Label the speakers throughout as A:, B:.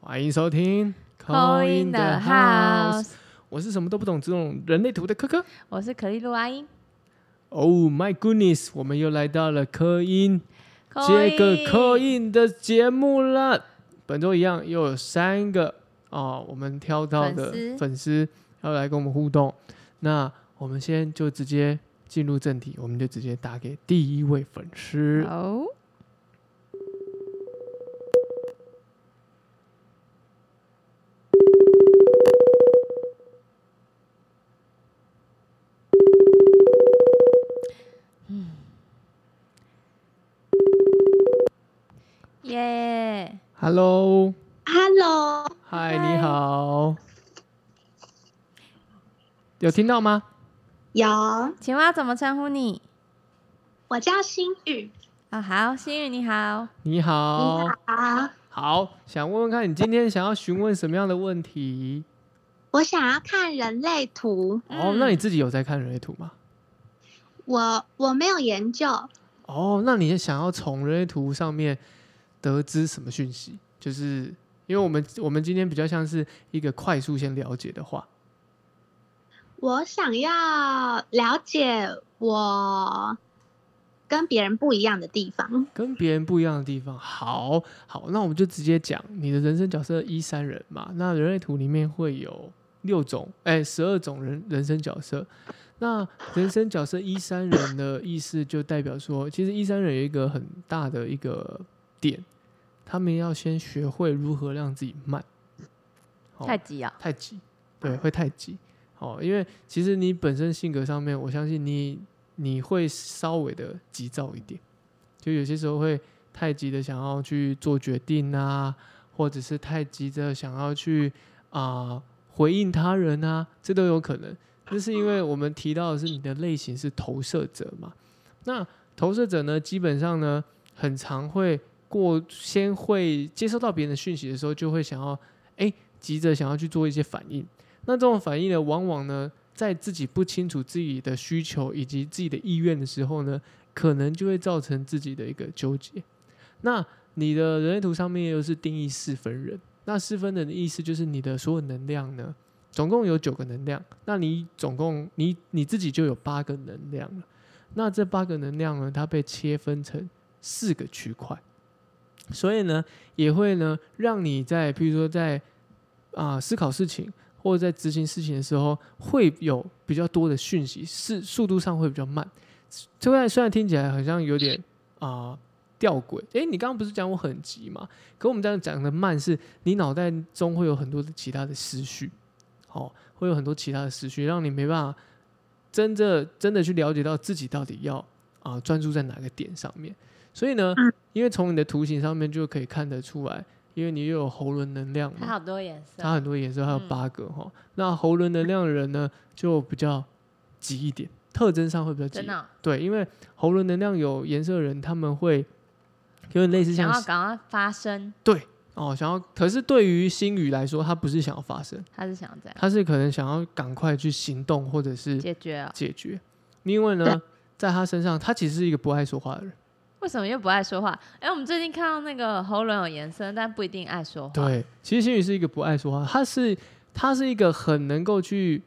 A: 欢迎收听
B: Call in the house，
A: 我是什么都不懂，只懂人类图的科科。
B: 我是可丽露阿英。
A: Oh my goodness，我们又来到了科音
B: Call
A: 接
B: in
A: 个科音的节目了。本周一样又有三个哦，我们挑到的
B: 粉丝
A: 粉丝要来跟我们互动。那我们先就直接进入正题，我们就直接打给第一位粉丝。
B: 哦，嗯耶！
A: Hello，
C: Hello，
A: 嗨，
B: 嗨
A: 你好，有听到吗？
C: 有，
B: 请问要怎么称呼你？
C: 我叫心宇，
B: 啊、好，心宇你好。
A: 你好，
C: 你好，
A: 好，想问问看你今天想要询问什么样的问题？
C: 我想要看人类图，
A: 哦，那你
B: 嗯
A: 自己有在看人类图吗？
C: 我我没有研究，
A: 哦，那你想要从人类图上面得知什么讯息？就是因为我们我们今天比较像是一个快速先了解的话，
C: 我想要了解我跟别人不一样的地方。
A: 跟别人不一样的地方。好好，那我们就直接讲你的人生角色一三人嘛。那人类图里面会有六种，哎，十二种人人生角色。那人生角色一三人的意思就代表说，其实一三人有一个很大的一个点，他们要先学会如何让自己慢。好
B: 太急了。
A: 太急，对，会太急。哦，因为其实你本身性格上面，我相信你你会稍微的急躁一点，就有些时候会太急的想要去做决定啊，或者是太急着想要去啊、回应他人啊，这都有可能。这是因为我们提到的是你的类型是投射者嘛，那投射者呢，基本上呢，很常会过先会接收到别人的讯息的时候，就会想要急着想要去做一些反应。那这种反应呢，往往呢，在自己不清楚自己的需求以及自己的意愿的时候呢，可能就会造成自己的一个纠结。那你的人类图上面又是定义四分人，那四分人的意思就是你的所有能量呢，总共有九个能量，那你总共你你自己就有八个能量了。那这八个能量呢，它被切分成四个区块，所以呢，也会呢让你在，譬如说在啊、思考事情或者在执行事情的时候，会有比较多的讯息，是速度上会比较慢。虽然虽然听起来好像有点啊、吊诡，诶，你刚刚不是讲我很急嘛？可我们这样讲的慢是，你脑袋中会有很多的其他的思绪，哦，会有很多其他的思绪，让你没办法真的真的去了解到自己到底要啊、专注在哪个点上面。所以呢，因为从你的图形上面就可以看得出来，因为你又有喉轮能量嘛
B: 它，好多颜色。
A: 它很多颜色，还有
B: 啊嗯
A: 八个哈、那喉轮能量的人呢，就比较急一点，特征上会比较急。
B: 真的哦、
A: 对，因为喉轮能量有颜色的人，他们会有点类似
B: 想
A: 像
B: 要赶快发声，
A: 哦，想要。可是对于星宇来说，他不是想要发生，
B: 他是想要这样
A: 他是可能想要赶快去行动或者是
B: 解决哦。
A: 解决。因为呢
C: 对，
A: 在他身上，他其实是一个不爱说话的人。
B: 为什么又不爱说话？哎、我们最近看到那个喉咙有延伸，但不一定爱说话。，
A: 对，其实星宇是一个不爱说话，他是他是一个很能够去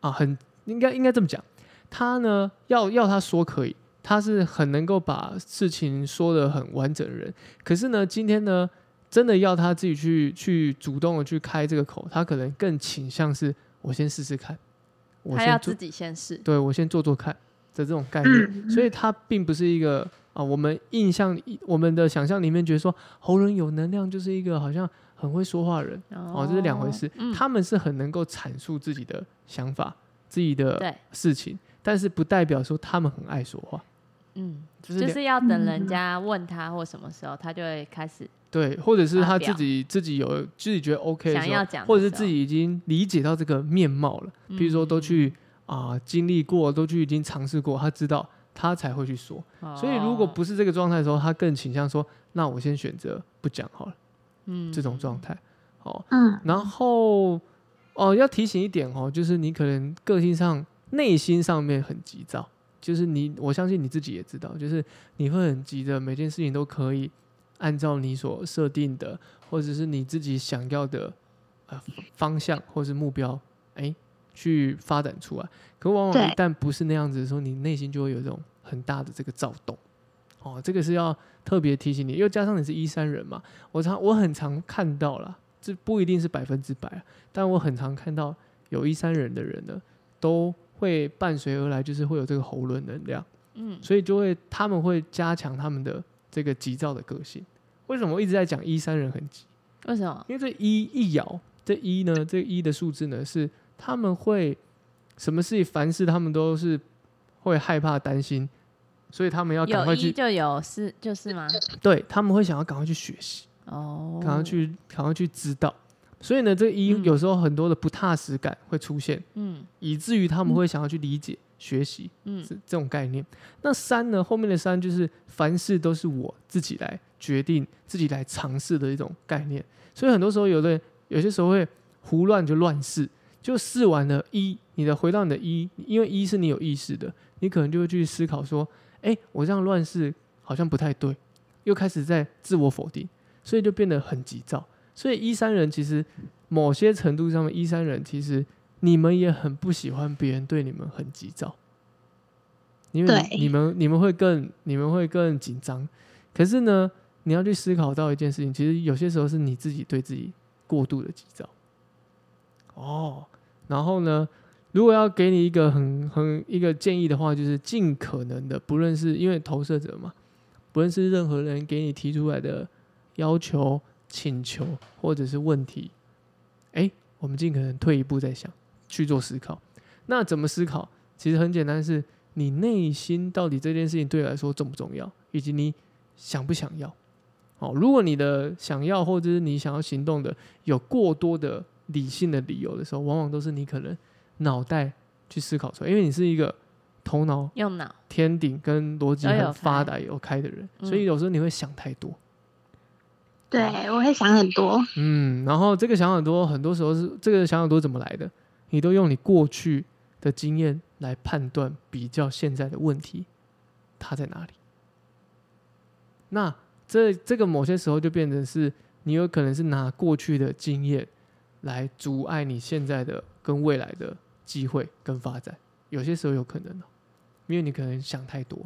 A: 啊，很应该应该这么讲，他呢要要他说可以，他是很能够把事情说的很完整的人。可是呢，今天呢，真的要他自己去去主动的去开这个口，他可能更倾向是我先试试看，我
B: 他要
A: 先
B: 自
A: 做，
B: 己先试。
A: 对我先做做看的这种概念。
C: 嗯，
A: 所以它并不是一个啊，我们印象、我们的想象里面觉得说喉咙有能量就是一个好像很会说话的人哦，这是两回事。
B: 嗯，
A: 他们是很能够阐述自己的想法、自己的
B: 哦对，
A: 事情，但是不代表说他们很爱说话，
B: 嗯，
A: 就是
B: 就
A: 两、
B: 是要等人家问他或什么时候，他就会开始。
A: 对，或者是
B: 发
A: 他
B: 表
A: 自己自己有自己觉得 OK 的
B: 想
A: 时
B: 要
A: 候，
B: 讲的
A: 或者是
B: 时候
A: 自己已经理解到这个面貌了，嗯
B: 嗯
A: 比如说都去啊、经历过，都去已经尝试过，他知道他才会去说。
B: 哦
A: 所以如果不是这个状态的时候，他更倾向说，那我先选择不讲好了，
B: 嗯
A: 这种状态。哦，
C: 嗯，
A: 然后哦，要提醒一点哦，就是你可能个性上、内心上面很急躁，就是你，我相信你自己也知道，就是你会很急着每件事情都可以按照你所设定的，或者是你自己想要的呃方向或是目标，哎、去发展出来。可往往
C: 对
A: 一旦不是那样子的时候，你内心就会有这种很大的这个躁动。哦，这个是要特别提醒你，又加上你是一三人嘛，我常我很常看到啦，这不一定是百分之百啊，但我很常看到有一三人的人呢，都会伴随而来，就是会有这个喉轮能量。
B: 嗯，
A: 所以就会他们会加强他们的这个急躁的个性。为什么我一直在讲一三人很急？
B: 为什么？
A: 因为这一一爻，这一呢，这一的数字呢是他们会什么事情凡事他们都是会害怕担心，所以他们要赶
B: 有
A: 快
B: 一
A: 去，
B: 就有四，就是吗？
A: 对他们会想要赶快去学习。
B: 哦，
A: 赶快，去赶快去知道。所以呢，这一
B: 嗯
A: 有时候很多的不踏实感会出现，
B: 嗯
A: 以至于他们会想要去理解、学习
B: 嗯
A: 这这种概念。那三呢，后面的三就是凡事都是我自己来决定、自己来尝试的一种概念。所以很多时候，有的人有些时候会胡乱就乱试，就试完了一，你的回到你的一，因为一是你有意识的，你可能就会去思考说，哎、我这样乱试好像不太对，又开始在自我否定，所以就变得很急躁。所以一 E 三人其实某些程度上面，一，E 三人其实你们也很不喜欢别人对你们很急躁，因为
C: 对
A: 你你们你们会更你们会更紧张。可是呢，你要去思考到一件事情，其实有些时候是你自己对自己过度的急躁。哦，然后呢，如果要给你一个很很一个建议的话，就是尽可能的，不论是因为投射者嘛，不论是任何人给你提出来的要求、请求或者是问题，哎，我们尽可能退一步再想，去做思考。那怎么思考？其实很简单是，你内心到底这件事情对你来说重不重要，以及你想不想要。哦，如果你的想要或者是你想要行动的有过多的理性的理由的时候，往往都是你可能脑袋去思考出来，因为你是一个头脑
B: 用脑，
A: 天顶跟逻辑
B: 都有
A: 很发达有开的人，
B: 嗯
A: 所以有时候你会想太多。
C: 对，我会想很多。
A: 嗯，然后这个想很多，很多时候是这个想很多怎么来的？你都用你过去的经验来判断比较现在的问题，它在哪里？那这这个某些时候就变成是你有可能是拿过去的经验来阻碍你现在的跟未来的机会跟发展，有些时候有可能、哦，因为你可能想太多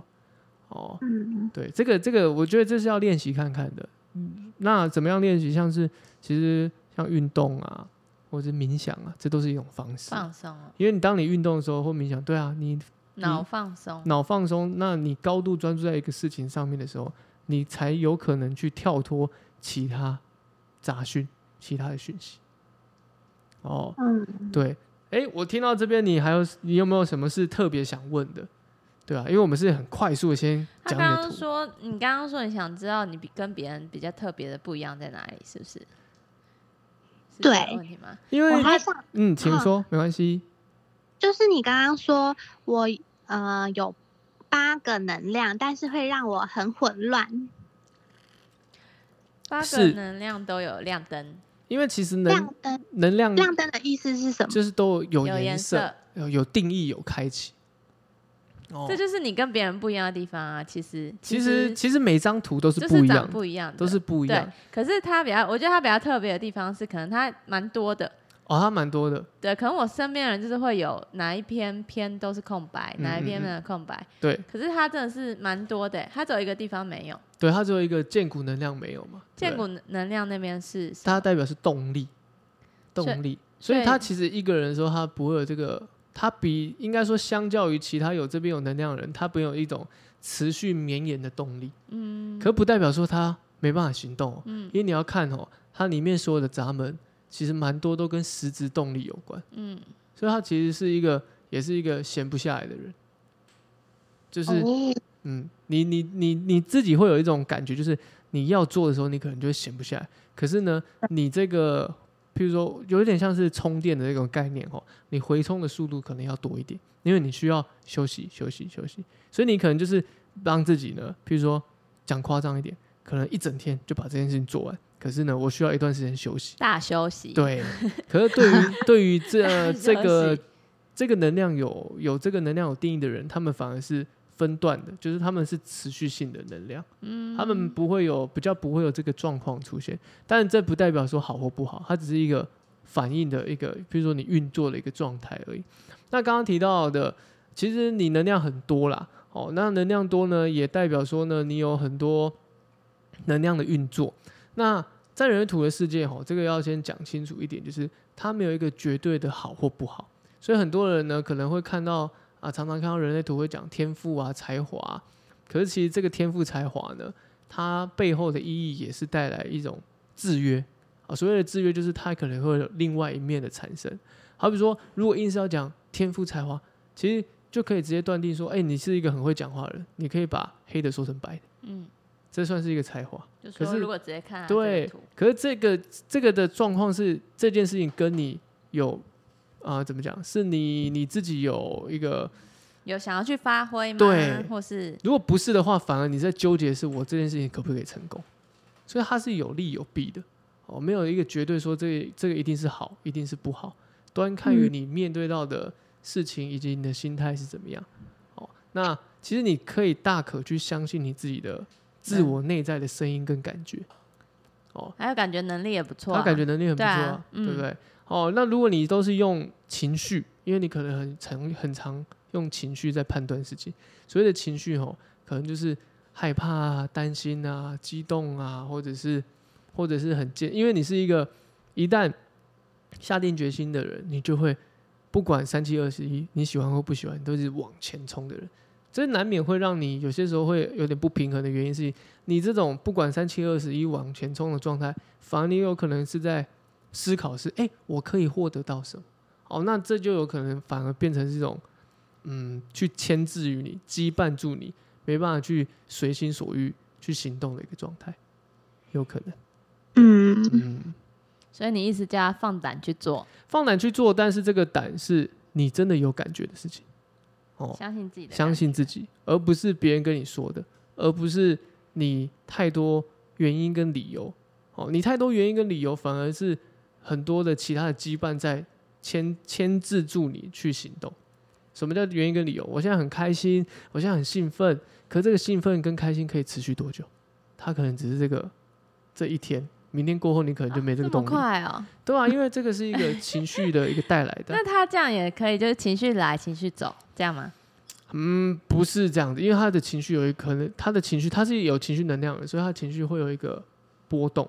A: 哦。
C: 嗯，
A: 对，这个这个，我觉得这是要练习看看的。嗯，那怎么样练习？像是其实像运动啊，或者是冥想啊，这都是一种方式。
B: 放松哦，
A: 因为你当你运动的时候或冥想，对啊，你
B: 脑放松，
A: 脑放松，那你高度专注在一个事情上面的时候，你才有可能去跳脱其他杂讯、其他的讯息。哦，
C: 嗯，
A: 对，哎，我听到这边，你还有你有没有什么是特别想问的？对啊，因为我们是很快速的先
B: 他
A: 讲
B: 刚
A: 你的
B: 刚
A: 图。
B: 说，你刚刚说你想知道你比跟别人比较特别的不一样在哪里，是不是？是这个
C: 对
B: 问题 吗？
A: 因为
C: 我还想，
A: 嗯，请
C: 嗯
A: 说，没关系。
C: 就是你刚刚说我呃有八个能量，但是会让我很混乱。
B: 八个
A: 是
B: 能量都有亮灯，
A: 因为其实能
C: 亮灯，
A: 能量
C: 亮灯的意思是什么？
A: 就是都有
B: 有
A: 颜
B: 颜
A: 色
B: 色，
A: 有有定义，有开启。哦
B: 这就是你跟别人不一样的地方啊。其实，
A: 其实其实每张图都是
B: 就是
A: 不一
B: 长
A: 样，
B: 不一样的，
A: 都是不一
B: 对
A: 样。。
B: 可是他比较，我觉得他比较特别的地方是，可能他蛮多的。
A: 哦，它蛮多的，
B: 对，可能我身边的人就是会有哪一篇篇都是空白，
A: 嗯
B: 哪一
A: 嗯
B: 篇
A: 嗯
B: 没有空白。
A: 对
B: 可是他真的是蛮多的，欸他只有一个地方没有。
A: 对，它只有一个剑骨能量没有嘛？对
B: 建骨能量那边是什么
A: 它代表是动力，
B: 所以
A: 动力。所以
B: 所以
A: 它其实一个人的时候，它不会有这个，它比应该说相较于其他有这边有能量的人，他没有一种持续绵延的动力。
B: 嗯，
A: 可不代表说他没办法行动、哦，
B: 嗯
A: 因为你要看哦，它里面所有的闸门其实蛮多都跟实质动力有关，
B: 嗯，
A: 所以他其实是一个也是一个闲不下来的人，就是、
C: 哦，
A: 嗯，你你你你自己会有一种感觉，就是你要做的时候，你可能就会闲不下来。可是呢，你这个，譬如说，有一点像是充电的那种概念哦，你回充的速度可能要多一点，因为你需要休息、休息、休息。所以你可能就是让自己呢，譬如说讲夸张一点，可能一整天就把这件事情做完。可是呢，我需要一段时间休息。
B: 大休息。，
A: 对，可是对于对于这
B: 大
A: 这
B: 休
A: 个
B: 息
A: 这个能量有有这个能量有定义的人，他们反而是分段的，就是他们是持续性的能量，
B: 嗯，
A: 他们不会有比较不会有这个状况出现。但这不代表说好或不好，它只是一个反应的一个，比如说你运作的一个状态而已。那刚刚提到的，其实你能量很多啦，哦，那能量多呢，也代表说呢，你有很多能量的运作。那在人类图的世界，吼，这个要先讲清楚一点，就是它没有一个绝对的好或不好，所以很多人呢可能会看到啊，常常看到人类图会讲天赋啊、才华啊、可是其实这个天赋才华呢，它背后的意义也是带来一种制约啊。所谓的制约，就是它可能会有另外一面的产生。好比说，如果硬是要讲天赋才华，其实就可以直接断定说，哎、你是一个很会讲话的人，你可以把黑的说成白的，
B: 嗯，
A: 这算是一个才华。
B: 就
A: 可
B: 说
A: 是
B: 如果直接看它这个
A: 对
B: 图，
A: 可是这个这个的状况是这件事情跟你有啊、怎么讲？是你你自己有一个，
B: 有想要去发挥吗？
A: 对
B: 或是
A: 如果不是的话，反而你在纠结是我这件事情可不可以成功，所以它是有利有弊的哦，没有一个绝对说这这个一定是好，一定是不好，端看于
C: 嗯
A: 你面对到的事情以及你的心态是怎么样哦。那其实你可以大可去相信你自己的自我内在的声音跟感觉哦，
B: 还有感觉能力也不错、啊，
A: 他感觉能力很不错、
B: 对啊嗯
A: 对不对？哦，那如果你都是用情绪，因为你可能很常很常用情绪在判断事情。所谓的情绪哦，可能就是害怕啊、担心啊、激动啊，或者是或者是很坚，因为你是一个一旦下定决心的人，你就会不管三七二十一，你喜欢或不喜欢，你都是往前冲的人。这难免会让你有些时候会有点不平衡的原因是，你这种不管三七二十一往前冲的状态，反而你有可能是在思考是，哎、我可以获得到什么？哦，那这就有可能反而变成是一种，嗯，去牵制于你、羁绊住你，没办法去随心所欲去行动的一个状态，有可能。
C: 嗯，
A: 嗯，
B: 所以你一直叫他放胆去做，
A: 放胆去做，但是这个胆是你真的有感觉的事情。哦，
B: 相信自己的感觉，
A: 相信自己，而不是别人跟你说的，而不是你太多原因跟理由。哦，你太多原因跟理由，反而是很多的其他的羁绊在牵牵制住你去行动。什么叫原因跟理由？我现在很开心，我现在很兴奋，可这个兴奋跟开心可以持续多久？它可能只是这个这一天，明天过后你可能就没这个
B: 啊这
A: 动
B: 么
A: 力，
B: 快哦。
A: 对啊，因为这个是一个情绪的一个带来 的。
B: 那他这样也可以，就是情绪来情绪走，这样吗？
A: 嗯，不是这样子，因为他的情绪有一可能，他的情绪他是有情绪能量的，所以他的情绪会有一个波动、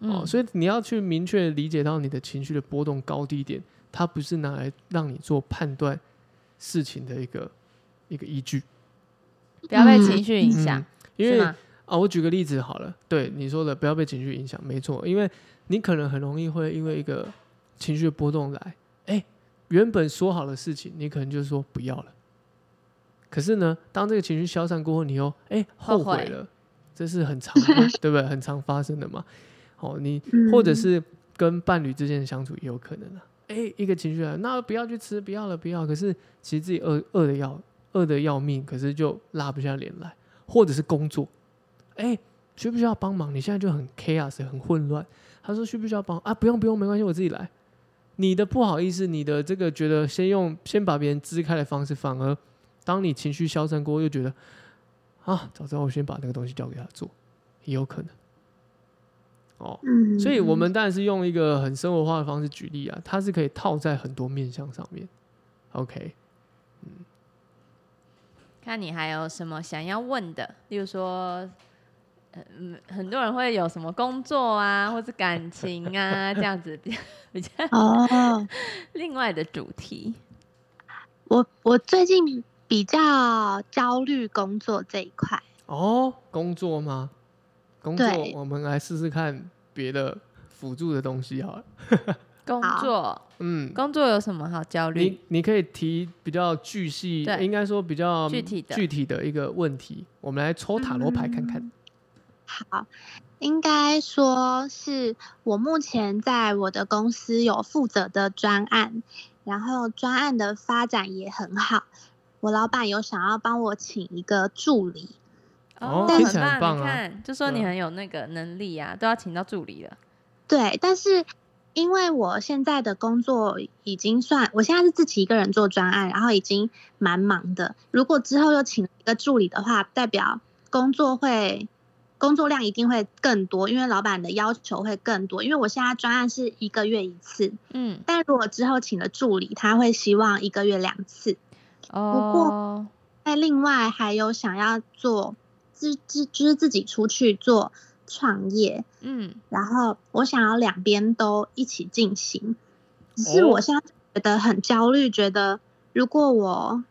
B: 嗯
A: 哦，所以你要去明确理解到你的情绪的波动高低点，它不是拿来让你做判断事情的一个一个依据，
B: 不要被情绪影响，
A: 嗯因为
B: 是
A: 啊
B: 吗？、
A: 我举个例子好了，对你说的，不要被情绪影响，没错，因为你可能很容易会因为一个情绪的波动来，哎，原本说好的事情，你可能就说不要了。可是呢，当这个情绪消散过后，你又哎后
B: 后
A: 悔
B: 悔
A: 了，这是很常 对不对？很常发生的嘛。哦，你或者是跟伴侣之间的相处也有可能啊。哎，一个情绪来，那不要去吃，不要了，不要。可是其实自己饿饿的要饿的要命，可是就拉不下脸来，或者是工作，哎，需不需要帮忙？你现在就很 chaos，很混乱。他说需不需要帮啊？不用不用，没关系，我自己来。你的不好意思，你的这个觉得先用先把别人支开的方式，反而当你情绪消散过后，又觉得啊，早知道我先把那个东西交给他做，也有可能。哦，
C: 嗯
A: 所以我们当然是用一个很生活化的方式举例啊，它是可以套在很多面向上面。OK，
B: 看你还有什么想要问的，例如说。呃嗯，很多人会有什么工作啊，或是感情啊，这样子 比较比较
C: 哦，
B: 另外的主题。
C: 我我最近比较焦虑工作这一块，
A: 哦，工作吗？工作
C: 对，
A: 我们来试试看别的辅助的东西好了。
B: 工
C: 好
B: 作，
A: 嗯，
B: 工作有什么好焦虑
A: 你？你可以提比较巨细，
B: 对
A: 应该说比较
B: 具体的嗯
A: 具体的一个问题，我们来抽塔罗牌看看。
C: 好，应该说是我目前在我的公司有负责的专案，然后专案的发展也很好。我老板有想要帮我请一个助理，
A: 哦
C: 听
A: 起来
B: 很
A: 很棒
B: 你
A: 啊
B: 看，就说你
A: 对啊
B: 很有那个能力啊，都要请到助理了。
C: 对，但是因为我现在的工作已经算，我现在是自己一个人做专案，然后已经蛮忙的。如果之后又请一个助理的话，代表工作会工作量一定会更多，因为老板的要求会更多。因为我现在专案是一个月一次，
B: 嗯，
C: 但如果之后请了助理，他会希望一个月两次。过
B: 哦，
C: 那另外还有想要做自自就是自己出去做创业，
B: 嗯，
C: 然后我想要两边都一起进行。只是
A: 哦
C: 我现在觉得很焦虑，觉得如果我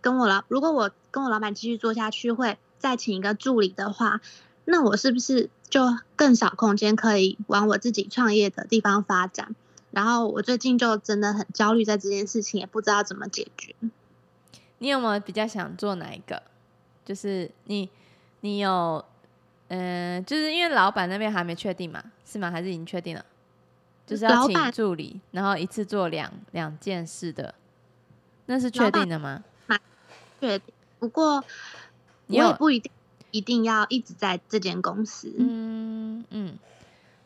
C: 跟我老如果我跟我老板继续做下去，会再请一个助理的话，那我是不是就更少空间可以往我自己创业的地方发展？然后我最近就真的很焦虑，在这件事情也不知道怎么解决。
B: 你有没有比较想做哪一个？就是你，你有，嗯、就是因为老板那边还没确定嘛，是吗？还是已经确定了？就是要
C: 老
B: 请
C: 板
B: 助理，然后一次做两两件事的，那是
C: 老
B: 确
C: 板
B: 定的吗？
C: 确定，不过我
B: 你有
C: 也不一定一定要一直在这间公司。
B: 嗯嗯。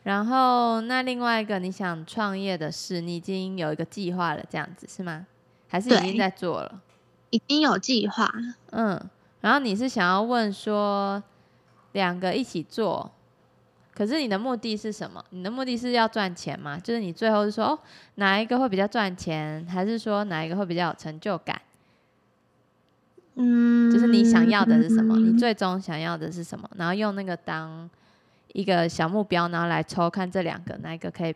B: 然后那另外一个你想创业的事，你已经有一个计划了，这样子是吗？还是已经
C: 对
B: 在做了？
C: 已经有计划，
B: 嗯，然后你是想要问说两个一起做，可是你的目的是什么？你的目的是要赚钱吗？就是你最后是说哦哪一个会比较赚钱，还是说哪一个会比较有成就感？
C: 嗯，
B: 就是你想要的是什么？你最终想要的是什么？然后用那个当一个小目标，然后来抽看这两个哪一个可以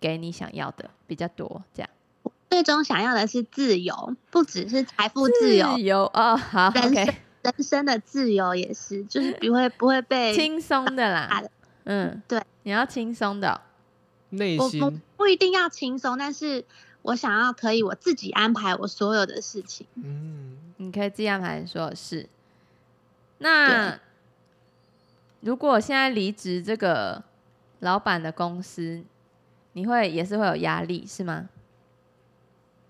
B: 给你想要的比较多，这样
C: 最终想要的是自由，不只是财富自由，
B: 哦，好
C: 人生
B: ，OK，
C: 人生的自由也是，就是不会不会被
B: 轻松的啦
C: 打的，
B: 嗯，
C: 对，
B: 你要轻松的哦、
A: 内
C: 我我
A: 心，
C: 不一定要轻松，但是我想要可以我自己安排我所有的事情。
A: 嗯，
B: 你可以自己安排你所有事。那如果现在离职这个老板的公司，你会也是会有压力是吗？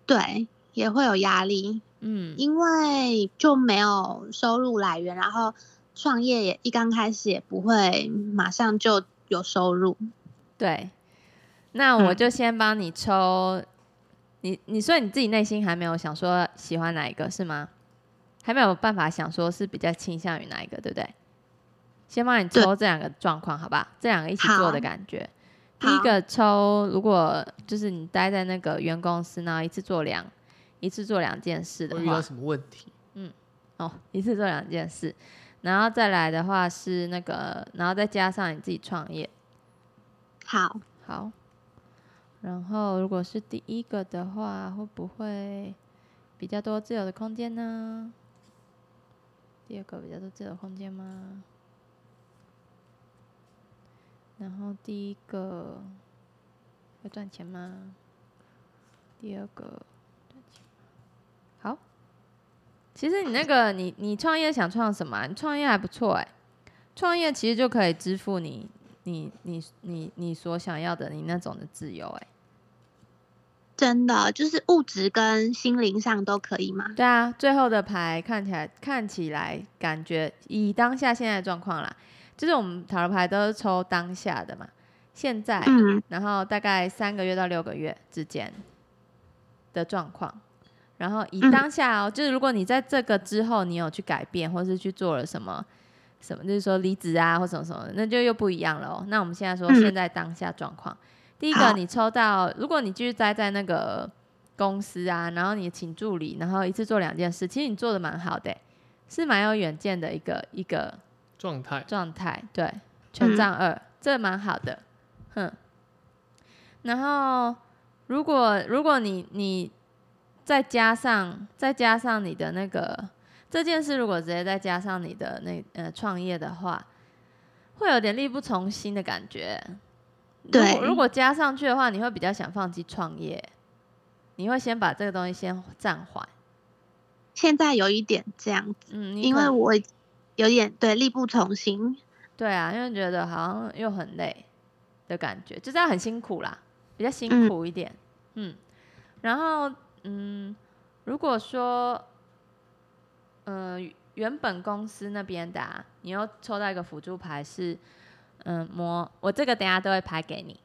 C: 对，也会有压力，
B: 嗯
C: 因为就没有收入来源，然后创业也一刚开始也不会马上就有收入。
B: 对。那我
C: 嗯
B: 就先帮你抽，你你说你自己内心还没有想说喜欢哪一个是吗？还没有办法想说是比较倾向于哪一个，对不对？先帮你
C: 对
B: 抽这两个状况，好吧？这两个一起
C: 好
B: 做的感觉。第
C: 好
B: 一个抽，如果就是你待在那个原公司，然后一次做两一次做两件事的
A: 会遇
B: 话
A: 到，什么问题？
B: 哦，一次做两件事，然后再来的话是那个，然后再加上你自己创业，
C: 好，
B: 好，然后如果是第一个的话，会不会比较多自由的空间呢？第二个比较多自由的空间吗？然后第一个会赚钱吗？第二个赚钱吗？好，其实你那个你你创业想创什么啊、你创业还不错哎、创业其实就可以支付你你你你你所想要的你那种的自由、欸，
C: 真的就是物质跟心灵上都可以吗？
B: 对啊，最后的牌看起来看起来感觉以当下现在的状况啦，就是我们塔罗牌都是抽当下的嘛，现在，
C: 嗯，
B: 然后大概三个月到六个月之间的状况。然后以
C: 嗯
B: 当下哦，就是如果你在这个之后你有去改变，或是去做了什么什么，就是说离职啊或什么什么的，那就又不一样了哦。那我们现在说
C: 嗯
B: 现在当下状况，第一个
C: 好
B: 你抽到，如果你继续待在那个公司啊，然后你请助理，然后一次做两件事，其实你做的蛮好的欸，是蛮有远见的一个一个
A: 状态，
B: 状态，对，
C: 嗯
B: 权杖二，这蛮好的，哼。然后，如果如果你你再加上再加上你的那个这件事，如果直接再加上你的那呃创业的话，会有点力不从心的感觉。如果
C: 对
B: 如果加上去的话，你会比较想放弃创业，你会先把这个东西先暂缓。
C: 现在有一点这样子，
B: 嗯，你
C: 因
B: 可
C: 为
B: 能
C: 我有点对力不从心。
B: 对啊，因为觉得好像又很累的感觉，就这样很辛苦啦，比较辛苦一点。嗯然后嗯，如果说嗯、呃原本公司那边的、啊，你又抽到一个辅助牌是嗯魔，我这个等一下都会拍给你。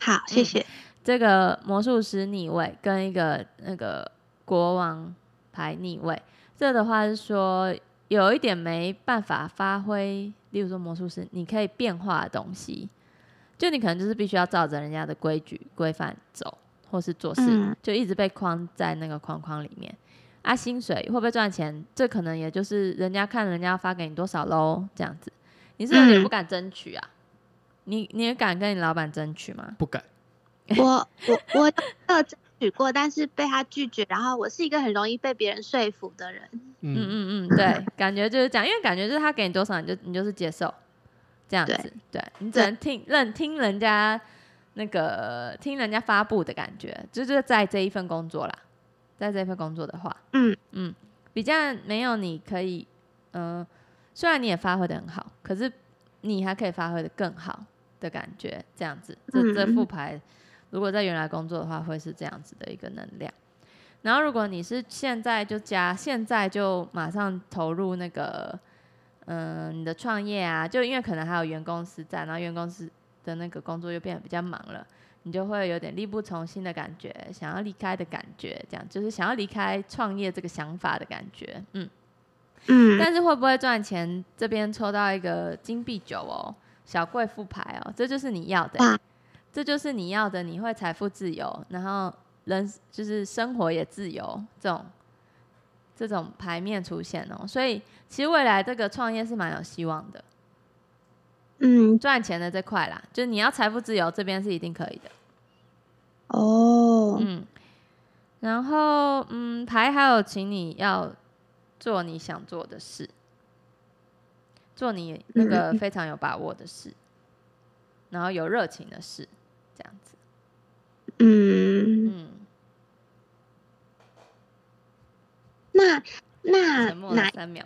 C: 好，谢谢。
B: 这个魔术师逆位跟一个那个国王牌逆位，这的话是说有一点没办法发挥，例如说魔术师，你可以变化的东西，就你可能就是必须要照着人家的规矩规范走，或是做事，
C: 嗯
B: 就一直被框在那个框框里面。啊，薪水会不会赚钱？这可能也就是人家看人家发给你多少喽，这样子。你是不是有点
C: 嗯
B: 不敢争取啊？你你也敢跟你老板争取吗？
A: 不敢。
C: 我我我有争取过，但是被他拒绝。然后我是一个很容易被别人说服的人，
A: 嗯，
B: 嗯嗯嗯，对，感觉就是这样，因为感觉就是他给你多少，你就你就是接受这样子，对你只
C: 对
B: 能听认听人家那个听人家发布的感觉，就是在这一份工作啦，在这一份工作的话，
C: 嗯
B: 嗯，比较没有你可以，嗯、虽然你也发挥的很好，可是你还可以发挥的更好的感觉，这样子，这这
C: 嗯
B: 副牌如果在原来工作的话，会是这样子的一个能量。然后如果你是现在就加，现在就马上投入那个，嗯、你的创业啊，就因为可能还有原公司在，然后原公司的那个工作又变得比较忙了，你就会有点力不从心的感觉，想要离开的感觉，这样就是想要离开创业这个想法的感觉，嗯。
C: 嗯，
B: 但是会不会赚钱？这边抽到一个金币九哦，小贵妇牌哦，这就是你要的欸、
C: 哇
B: 这就是你要的，你会财富自由，然后人就是生活也自由，这种这种牌面出现哦，所以其实未来这个创业是蛮有希望的，
C: 嗯，
B: 赚钱的这块啦，就是你要财富自由，这边是一定可以的。
C: 哦，
B: 嗯，然后嗯，牌还有，请你要做你想做的事，做你那个
C: 嗯
B: 非常有把握的事，然后有热情的事，这样子。
C: 嗯，
B: 嗯，
C: 那那
B: 嗯沉默了
C: 哪
B: 三秒。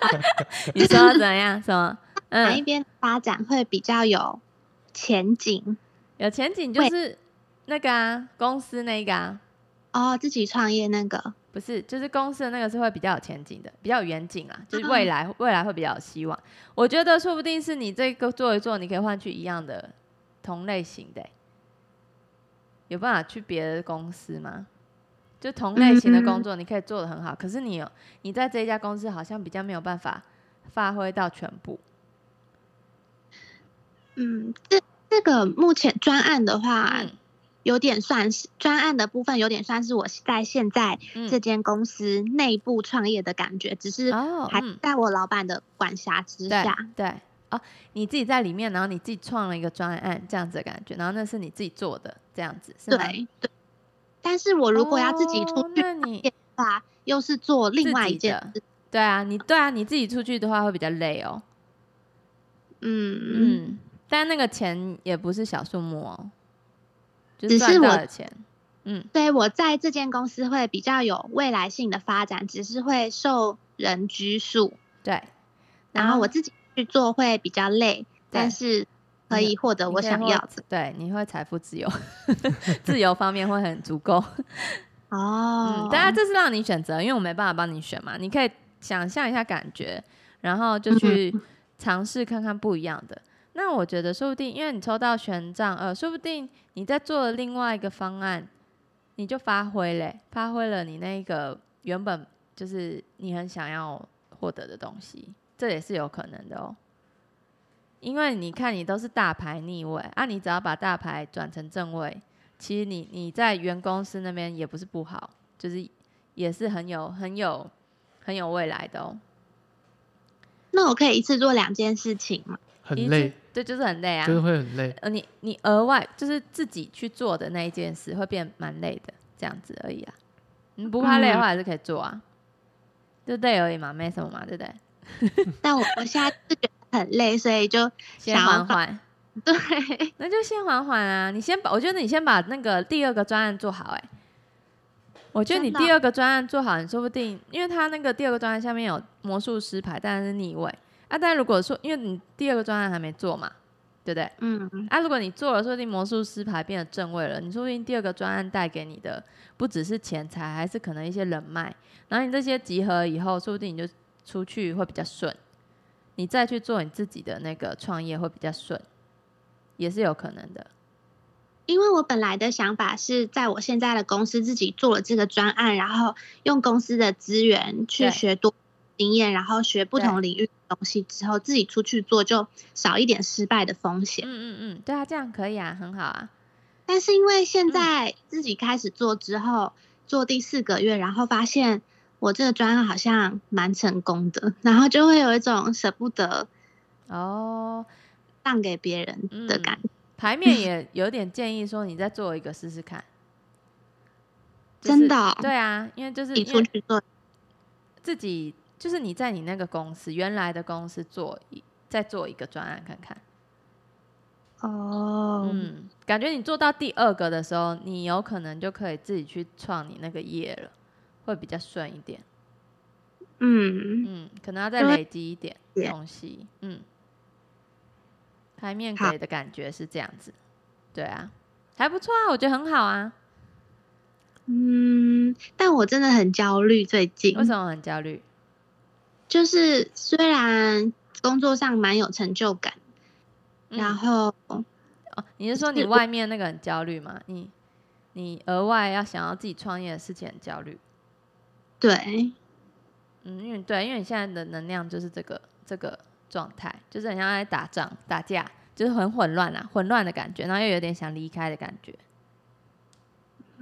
B: 你说怎样？什么？
C: 哪一
B: 嗯，
C: 边的发展会比较有前景？
B: 有前景就是那个啊，公司那个啊，
C: 哦，自己创业那个，
B: 不是，就是公司的那个是会比较有前景的，比较有远景啦，
C: 嗯
B: 就是未来、未来会比较有希望。我觉得说不定是你这个做一做，你可以换去一样的同类型的欸、有办法去别的公司吗？就同类
C: 嗯
B: 型的工作，你可以做的很好，可是你有你在这一家公司好像比较没有办法发挥到全部。
C: 嗯，这这个目前专案的话，
B: 嗯
C: 有点算是专案的部分，有点算是我在现在
B: 嗯
C: 这间公司内部创业的感觉，只是
B: 哦
C: 还
B: 嗯
C: 在我老板的管辖之
B: 对
C: 下。
B: 对哦，你自己在里面，然后你自己创了一个专案这样子的感觉，然后那是你自己做的这样子，是吗？
C: 对对，但是我如果要自己出
B: 哦
C: 去
B: 那你
C: 业的话，又是做另外一件
B: 自
C: 事。
B: 对啊，你对啊，你自己出去的话会比较累哦。
C: 嗯嗯，
B: 嗯，但那个钱也不是小数目哦，就
C: 只是
B: 赚到
C: 我
B: 的钱。嗯，
C: 所以我在这间公司会比较有未来性的发展，只是会受人拘束，
B: 对。
C: 然后我
B: 自
C: 自己去做会比较累，但是可以获呃得我想要的。
B: 对，你会财富自由， 自由方面会很足够。
C: 哦
B: 嗯，，当然这是让你选择，因为我没办法帮你选嘛。你可以想象一下感觉，然后就去尝试看看不一样的。那我觉得，说不定因为你抽到权杖二，说不定你在做了另外一个方案，你就发挥嘞，发挥了你那个原本就是你很想要获得的东西，这也是有可能的哦。因为你看，你都是大牌逆位啊，你只要把大牌转成正位，其实你你在原公司那边也不是不好，就是也是很有很有很有未来的哦。
C: 那我可以一次做两件事情吗？
B: 一
A: 很
B: 次
A: 累，，
B: 对，就是很累啊。
A: 就是会很累。
B: 呃，你你额外就是自己去做的那一件事，会变蛮累的，这样子而已啊。你不怕
A: 嗯
B: 累的话，还是可以做啊，就累而已嘛，没什么嘛，对不对？
C: 但我我现在是觉得很累，所以就
B: 先
C: 想要
B: 缓 缓，
C: 对，
B: 那就先缓缓啊。你先把，我觉得你先把那个第二个专案做好、哎，我觉得你
C: 真的啊
B: 第二个专案做好，你说不定，因为他那个第二个专案下面有魔术师牌，当然是逆位啊。但如果说，因为你第二个专案还没做嘛，对不对？
C: 嗯
B: 啊，如果你做了，说不定魔术师牌变得正位了，你说不定第二个专案带给你的不只是钱财，还是可能一些人脉。然后你这些集合以后，说不定你就出去会比较顺，你再去做你自己的那个创业会比较顺，也是有可能的。
C: 因为我本来的想法是在我现在的公司自己做了这个专案，然后用公司的资源去
B: 对
C: 学多经验，然后学不同领域的东西之后，自己出去做就少一点失败的风险。
B: 嗯嗯，对啊，这样可以啊，很好啊。
C: 但是因为
B: 嗯
C: 现在自己开始做之后，做第四个月，然后发现我这个专案好像蛮成功的，然后就会有一种舍不得
B: 哦，
C: 让给别人
B: 嗯
C: 的感觉。
B: 牌面也有点建议说，你再做一个试试看。就是
C: 真的哦
B: 对啊，因为就是
C: 自己
B: 因
C: 出
B: 为
C: 去做，
B: 自己就是你在你那个公司原来的公司做一再做一个专案看看，
C: 哦，
B: 嗯，感觉你做到第二个的时候，你有可能就可以自己去创你那个业了，会比较顺一点，
C: 嗯，
B: 嗯，可能要再
C: 因为
B: 累积一点
C: 也
B: 东西，嗯，牌面
C: 好
B: 给的感觉是这样子，对啊，还不错啊，我觉得很好啊，
C: 嗯，但我真的很焦虑，最近
B: 为什么很焦虑？
C: 就是虽然工作上蛮有成就感，
B: 嗯
C: 然后
B: 哦，你是说你
C: 是我
B: 外面那个很焦虑吗？你你额外要想要自己创业的事情很焦虑，
C: 对，
B: 嗯，因为对，因为你现在的能量就是这个这个状态，就是很像在打仗打架，就是很混乱啊，混乱的感觉，然后又有点想离开的感觉。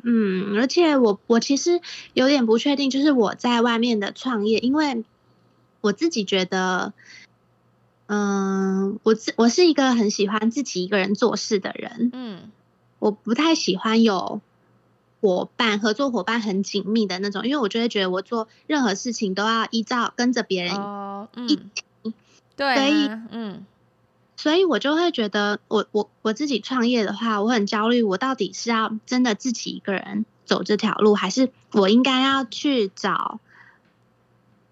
C: 嗯，而且我我其实有点不确定，就是我在外面的创业，因为我自己觉得，嗯，我自我是一个很喜欢自己一个人做事的人，
B: 嗯
C: 我不太喜欢有伙伴合作伙伴很紧密的那种，因为我就会觉得我做任何事情都要依照跟着别人
B: 哦
C: 一
B: 嗯，对
C: 所以
B: 啊，嗯
C: 所以我就会觉得我，我我自己创业的话，我很焦虑，我到底是要真的自己一个人走这条路，还是我应该要去找，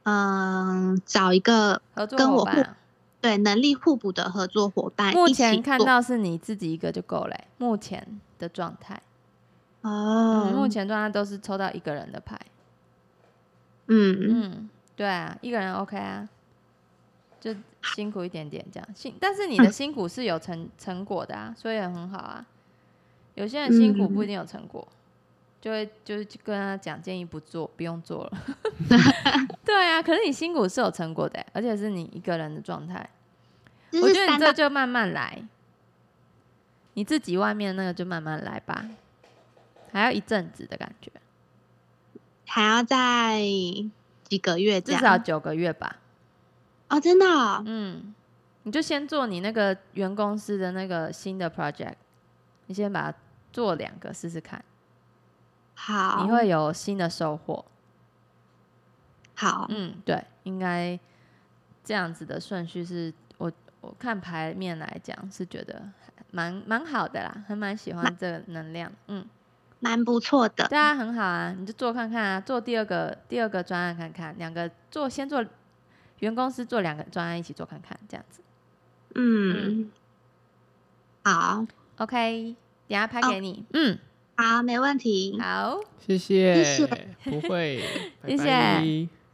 C: 嗯、找一个
B: 合作
C: 跟
B: 伙
C: 我
B: 伴啊。
C: 对能力互补的合作伙伴
B: 目
C: 一起
B: 前看
C: 做
B: 到是你自己一个就够了欸、目前的状态，
C: 嗯哦，
B: 嗯，目前状态都是抽到一个人的牌。
C: 嗯
B: 嗯，对啊，一个人 OK 啊，就辛苦一点点这样。辛，但是你的
C: 嗯
B: 辛苦是有成成果的啊，所以也很好啊。有些人辛
C: 嗯
B: 苦不一定有成果，就会就是去跟他讲建议不做，不用做 了。对啊，可是你辛苦是有成果的欸、而且是你一个人的状态。
C: 就
B: 我
C: 是
B: 觉得你
C: 三
B: 这
C: 大
B: 就慢慢来，你自己外面那个就慢慢来吧，还要一阵子的感觉，
C: 还要在几个月这
B: 至
C: 样，
B: 少九个月吧。
C: 哦，真的、哦，
B: 嗯，你就先做你那个原公司的那个新的 project，你先把它做两个试试看，
C: 好，
B: 你会有新的收获。
C: 好，
B: 嗯，对，应该这样子的顺序是我我看牌面来讲是觉得还蛮蛮好的啦，还蛮喜欢这个能量。嗯，
C: 蛮不错的，
B: 对啊，很好啊，你就做看看啊，做第二个第二个专案看看，两个做先做原公司做两个专案一起做看看，这样子。
C: 嗯，好，
B: OK，等一下拍
C: 哦
B: 给你。嗯。
C: 好，没问题，
B: 好，
A: 谢谢，
C: 谢
A: 不 会，
B: 谢谢
A: 拜拜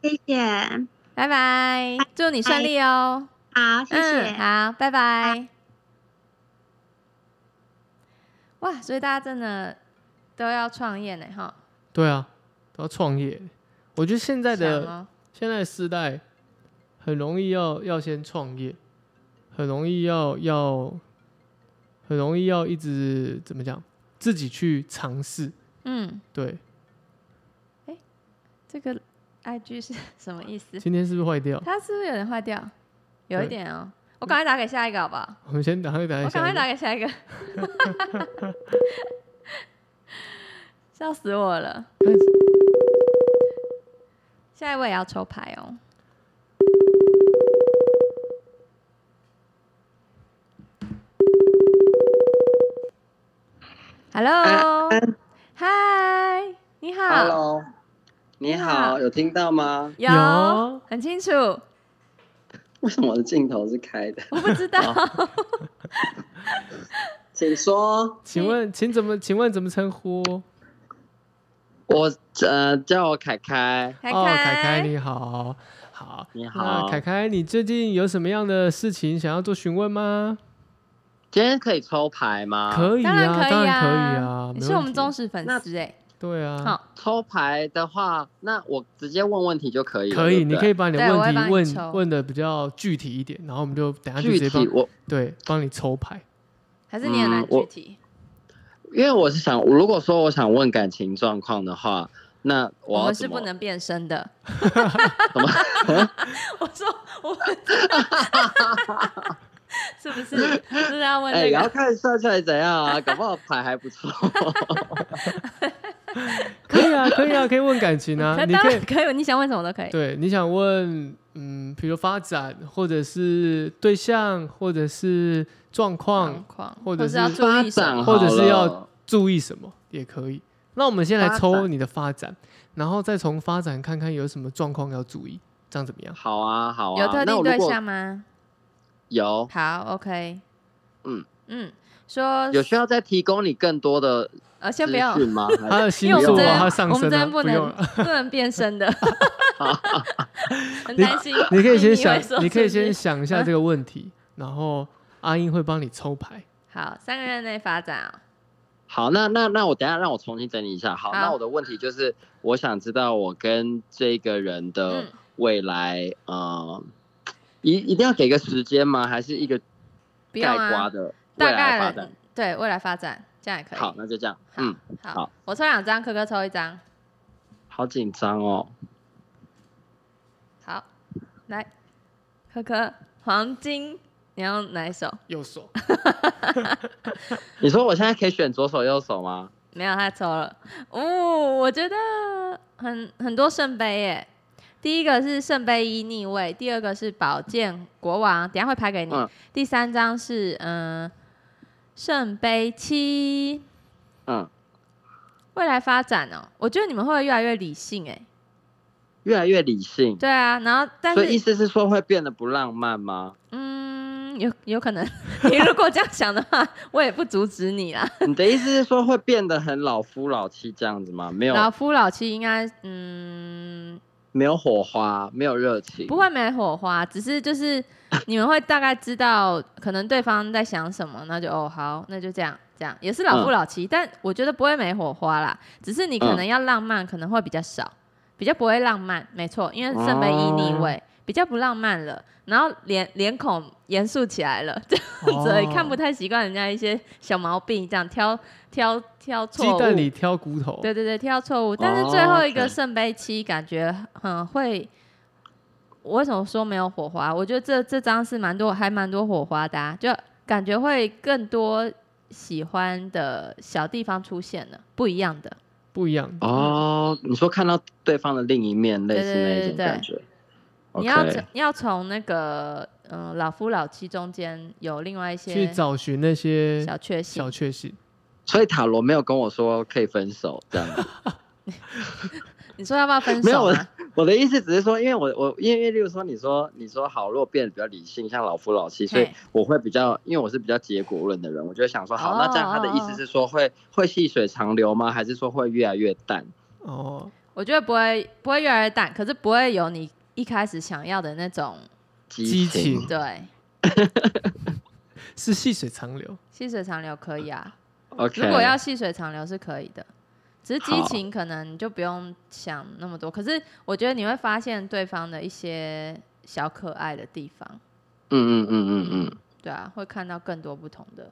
C: 谢谢。
B: 拜拜，祝你顺利哦。
C: 好，谢谢。
B: 嗯，好，拜拜。哇，所以大家真的都要创业呢，哈。
A: 对啊，都要创业。我觉得现在的、
B: 想哦
A: 现在的世代很容易要要先创业，很容易要要很容易要一直怎么讲，自己去尝试。
B: 嗯，
A: 对，
B: 这个 IG 是什么意思？
A: 今天是不是坏掉？
B: 它是不是有点坏掉？有一
A: 对
B: 点哦。我赶快打给下一个好不好？
A: 我们先打开打
B: 我
A: 一
B: 赶快
A: 下。
B: 打给下一个。 笑死我了！
A: 哎
B: 下一位也要抽牌哦。Hello，嗨，你好
D: 哎 Hello，你
B: 你好
D: 好，有听到吗？
B: 有
A: 有
B: 很清楚，我
D: 为什么我的镜头是开 的？
B: 不知 道，
D: 请说，
A: 请
B: 嗯
A: 问，请怎么？请问怎么称呼？
D: 我呃叫我凯凯，
B: 凯
A: 哦，凯凯你好，好，
D: 你
A: 那
D: 好，
A: 凯凯，你最近有什么样的事情想要做询问吗？
D: 今天可以抽牌吗？
A: 可以
B: 当然
A: 啊，
B: 可
A: 当
B: 以
A: 然可以
B: 啊
A: 啊，，
B: 你
A: 没
B: 是我
A: 问
B: 们
A: 题
B: 忠实粉
D: 那
B: 丝哎，
A: 对啊，
B: 好，
D: 抽牌的话，那我直接问问题就可以了。
A: 可以，
D: 对不
A: 你
D: 对
A: 可以把你的
B: 对我会
A: 问
B: 帮
A: 题
B: 你
A: 问
B: 抽
A: 问的比较具体一点，然后我们就等下就
D: 具
A: 直接
D: 体
A: 帮
D: 我，
A: 对帮你抽牌。
B: 还是你很难
D: 嗯我
B: 具体，
D: 因为我是想，如果说我想问感情状况的话，那我
B: 我
D: 要
B: 们是
D: 怎么
B: 不能变身的。
D: 怎么？
B: 我说我们 是不是是要问
D: 哎，
B: 这
D: 也要
B: 个？
D: 看算出来怎样啊？搞不好牌还 不错。啊
A: 可以啊，可以啊，可以问感情啊，
B: 可
A: 你
B: 当
A: 可以
B: 然可以，你想问什么都可以。
A: 对你想问，嗯，比如发展，或者是对象，或者是状
B: 状
A: 况，
B: 况，
A: 或者
B: 者要
A: 是
B: 注
D: 发
B: 意什
D: 展
B: 么？
A: 或者是
D: 好
A: 要
D: 了
A: 注意什么也可以。那我们先来
D: 发
A: 抽
D: 展
A: 你的发展，然后再从发展看看有什么状况要注意，这样怎么样？
D: 好啊，好啊。
B: 有特
D: 那
B: 定
D: 我如
B: 对
D: 果
B: 象吗？
D: 有
B: 好，OK。
D: 嗯
B: 嗯，说
D: 有需要再提供你更多的
B: 呃，先
D: 资
B: 不要，
D: 讯吗？还是
A: 他的
B: 因
A: 星
B: 为我
A: 座
B: 们
D: 这
B: 真
A: 啊，
D: 边
A: 他
B: 的
A: 上
B: 我们
A: 升
B: 真的
A: 啊，
B: 不
A: 用
B: 能
A: 了。
B: 不能变身 的， 很
A: 你
B: 担心。
A: 你可以先
B: 会
A: 想
B: 说，
A: 你可以
B: 是不
A: 先
B: 是
A: 想一下这个问题，然后阿英会帮你抽牌。
B: 好，三个月内发展哦。
D: 好，那那那我等一下让我重新整理一下。好，
B: 好
D: 那我的问题就是，我想知道我跟这个人的
B: 嗯
D: 未来，呃，一一定要给个时间吗？还是一个
B: 不用
D: 概括
B: 啊，
D: 的未
B: 大
D: 来发
B: 概
D: 展？
B: 对未来发展这样也可以。
D: 好，那就这样。嗯，
B: 好，
D: 好
B: 我抽两张，科科抽一张。
D: 好紧张哦。
B: 好，来，科科黄金，你要哪一首？
A: 右 手，
D: 你说我现在可以选左手右手吗？
B: 没有，他抽了。哦，我觉得很很多圣杯耶。第一个是圣杯一逆位，第二个是宝剑国王，等一下会拍给你。
D: 嗯
B: 第三张是嗯、呃圣杯七，
D: 嗯，
B: 未来发展哦，我觉得你们会越来越理性哎。
D: 越来越理性。
B: 对啊，然后但
D: 所以意
B: 是
D: 思是说会变得不浪 漫吗？
B: 嗯，有有可能 你如果这样想的话，我也不阻止你啦。
D: 你的意思是说会变得很老夫老妻这样子吗？没有
B: 老夫老妻应该嗯
D: 没有火花，没有热情。
B: 不会没火花，只是就是你们会大概知道可能对方在想什么，那就哦好，那就这样这样，也是老夫
D: 嗯
B: 老妻，但我觉得不会没火花啦，只是你可能要浪漫，可能会比较少，比较不会浪漫，没错，因为圣杯一逆位、比较不浪漫了，然后脸脸孔严肃起来了，这样子、
A: 哦
B: 看不太习惯人家一些小毛病，这样挑挑挑
A: 鸡
B: 错误，
A: 蛋里挑骨头。
B: 对对对，挑错误。但是
D: 哦
B: 最后一个
D: OK
B: 圣杯七，感觉很会。我为什么说没有火花？我觉得这这张是蛮多，还蛮多火花的、啊，就感觉会更多喜欢的小地方出现了，不一样的。
A: 不一样。
D: 哦，你说看到对方的另一面，类
B: 对
D: 似
B: 对
D: 那一
B: 对
D: 种
B: 对
D: 感觉。
B: 你要
D: OK
B: 从你要从那个嗯老夫老妻中间有另外一
A: 去
B: 些
A: 找寻那些
B: 小确幸
A: 小，确幸。
D: 所以塔罗没有跟我说可以分手这样子。
B: 你说要不要分
D: 没有
B: 手啊
D: 我
B: 吗？
D: 我的意思只是说，因为我我因为例如说，你说你说好，如果变得比较理性，像老夫老妻，所以
B: 嘿
D: 我会比较，因为我是比较结果论的人，我就想说，好，那这样他的意
B: 哦哦
D: 思是说会会细水长流吗？还是说会越来越淡？
A: 哦，
B: 我觉得不会不会越来越淡，可是不会有你一开始想要的那种
A: 激
D: 激
A: 情
B: 对
A: 是细水长流。
B: 细水长流可以啊。
D: OK，嗯
B: 如果要细水长流是可以的，只是激
D: 好
B: 情可能你就不用想那么多。可是我觉得你会发现对方的一些小可爱的地方，
D: 嗯嗯嗯嗯
B: 对啊，会看到更多不同的，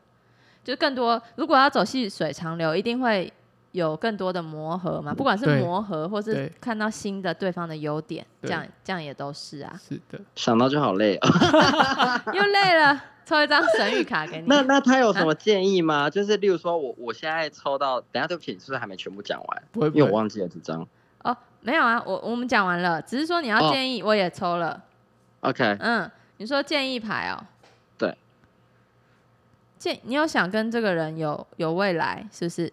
B: 就更多。如果要走细水长流，一定会有更多的磨合嘛，不管是
A: 对
B: 磨合或是
A: 对
B: 看到新的对方的优点，
A: 对。
B: 这样这样也都是啊
A: 是的，
D: 嗯，想到就好累啊。
B: 又累了，抽一张神谕卡给你。
D: 那那他有
B: 啊
D: 什么建议吗？就是例如说我我现在抽到，等一下对不起，你是不是还没全部讲完？
A: 不会
D: 因为
A: 不
D: 我
A: 会。
D: 忘记了这张。
B: 哦，没有啊，我我们讲完了，只是说你要
D: 哦
B: 建议，我也抽了。
D: OK，
B: 嗯，你说建议牌哦。
D: 对。
B: 建，你有想跟这个人有有未来，是不是？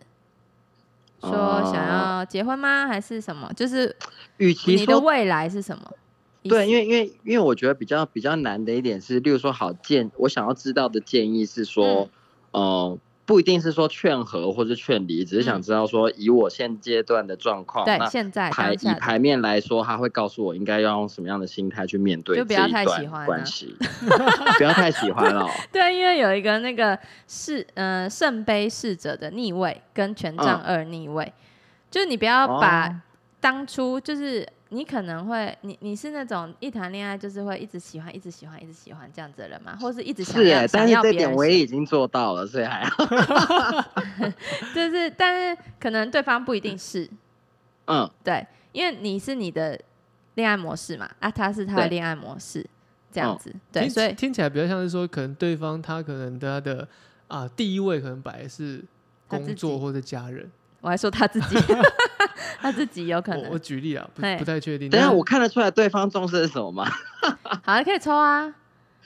B: 说
D: 哦
B: 想要结婚吗？还是什么？就是
D: 与其
B: 你的
D: 说
B: 未来是什么？
D: 对，因
B: 为
D: 为因为因为我觉得比较比较难的一点是，例如说好建，我想要知道的建议是说，呃，不一定是说劝和或是劝离，只是想
B: 嗯
D: 知道说以我现阶段的状况，
B: 对，
D: 哦那
B: 现在
D: 牌
B: 当
D: 以
B: 下的
D: 牌面来说，他会告诉我应该要用什么样的心态去面对
B: 就不
D: 这
B: 要
D: 一
B: 太喜
D: 段
B: 欢啊
D: 关系， 不要太喜欢 了、哦
B: 对，因为有一个那个是呃圣杯侍者的逆位跟权杖二逆位，就是你不要
D: 哦
B: 把当初就是你可能会你你是那种一谈恋爱就是会一直喜欢一直喜欢一直喜欢这样子的人嘛，或是一直想
D: 是
B: 要
D: 哎、
B: 想
D: 但是
B: 要
D: 这
B: 别
D: 点
B: 人
D: 我也
B: 喜
D: 已经做到了，所以还好。
B: 欢，就是但是可能对方不一定是
D: 嗯，
B: 对，因为你是你的恋爱模式嘛，啊他是他的
D: 对
B: 恋爱模式这样
D: 嗯
B: 子，对，
A: 听
B: 所以
A: 听起来比较像是说，可能对方他可能他的啊第一位可能摆的是
B: 他自
A: 工作
B: 己
A: 或者家人。
B: 我还说他 自己他自己有可
A: 我我
B: 能
A: 举例啊，不
B: 嘿
A: 不太确定。
D: 等一下
A: 但
D: 我看得出来对方重视的是什么吗？
B: 好可以抽啊。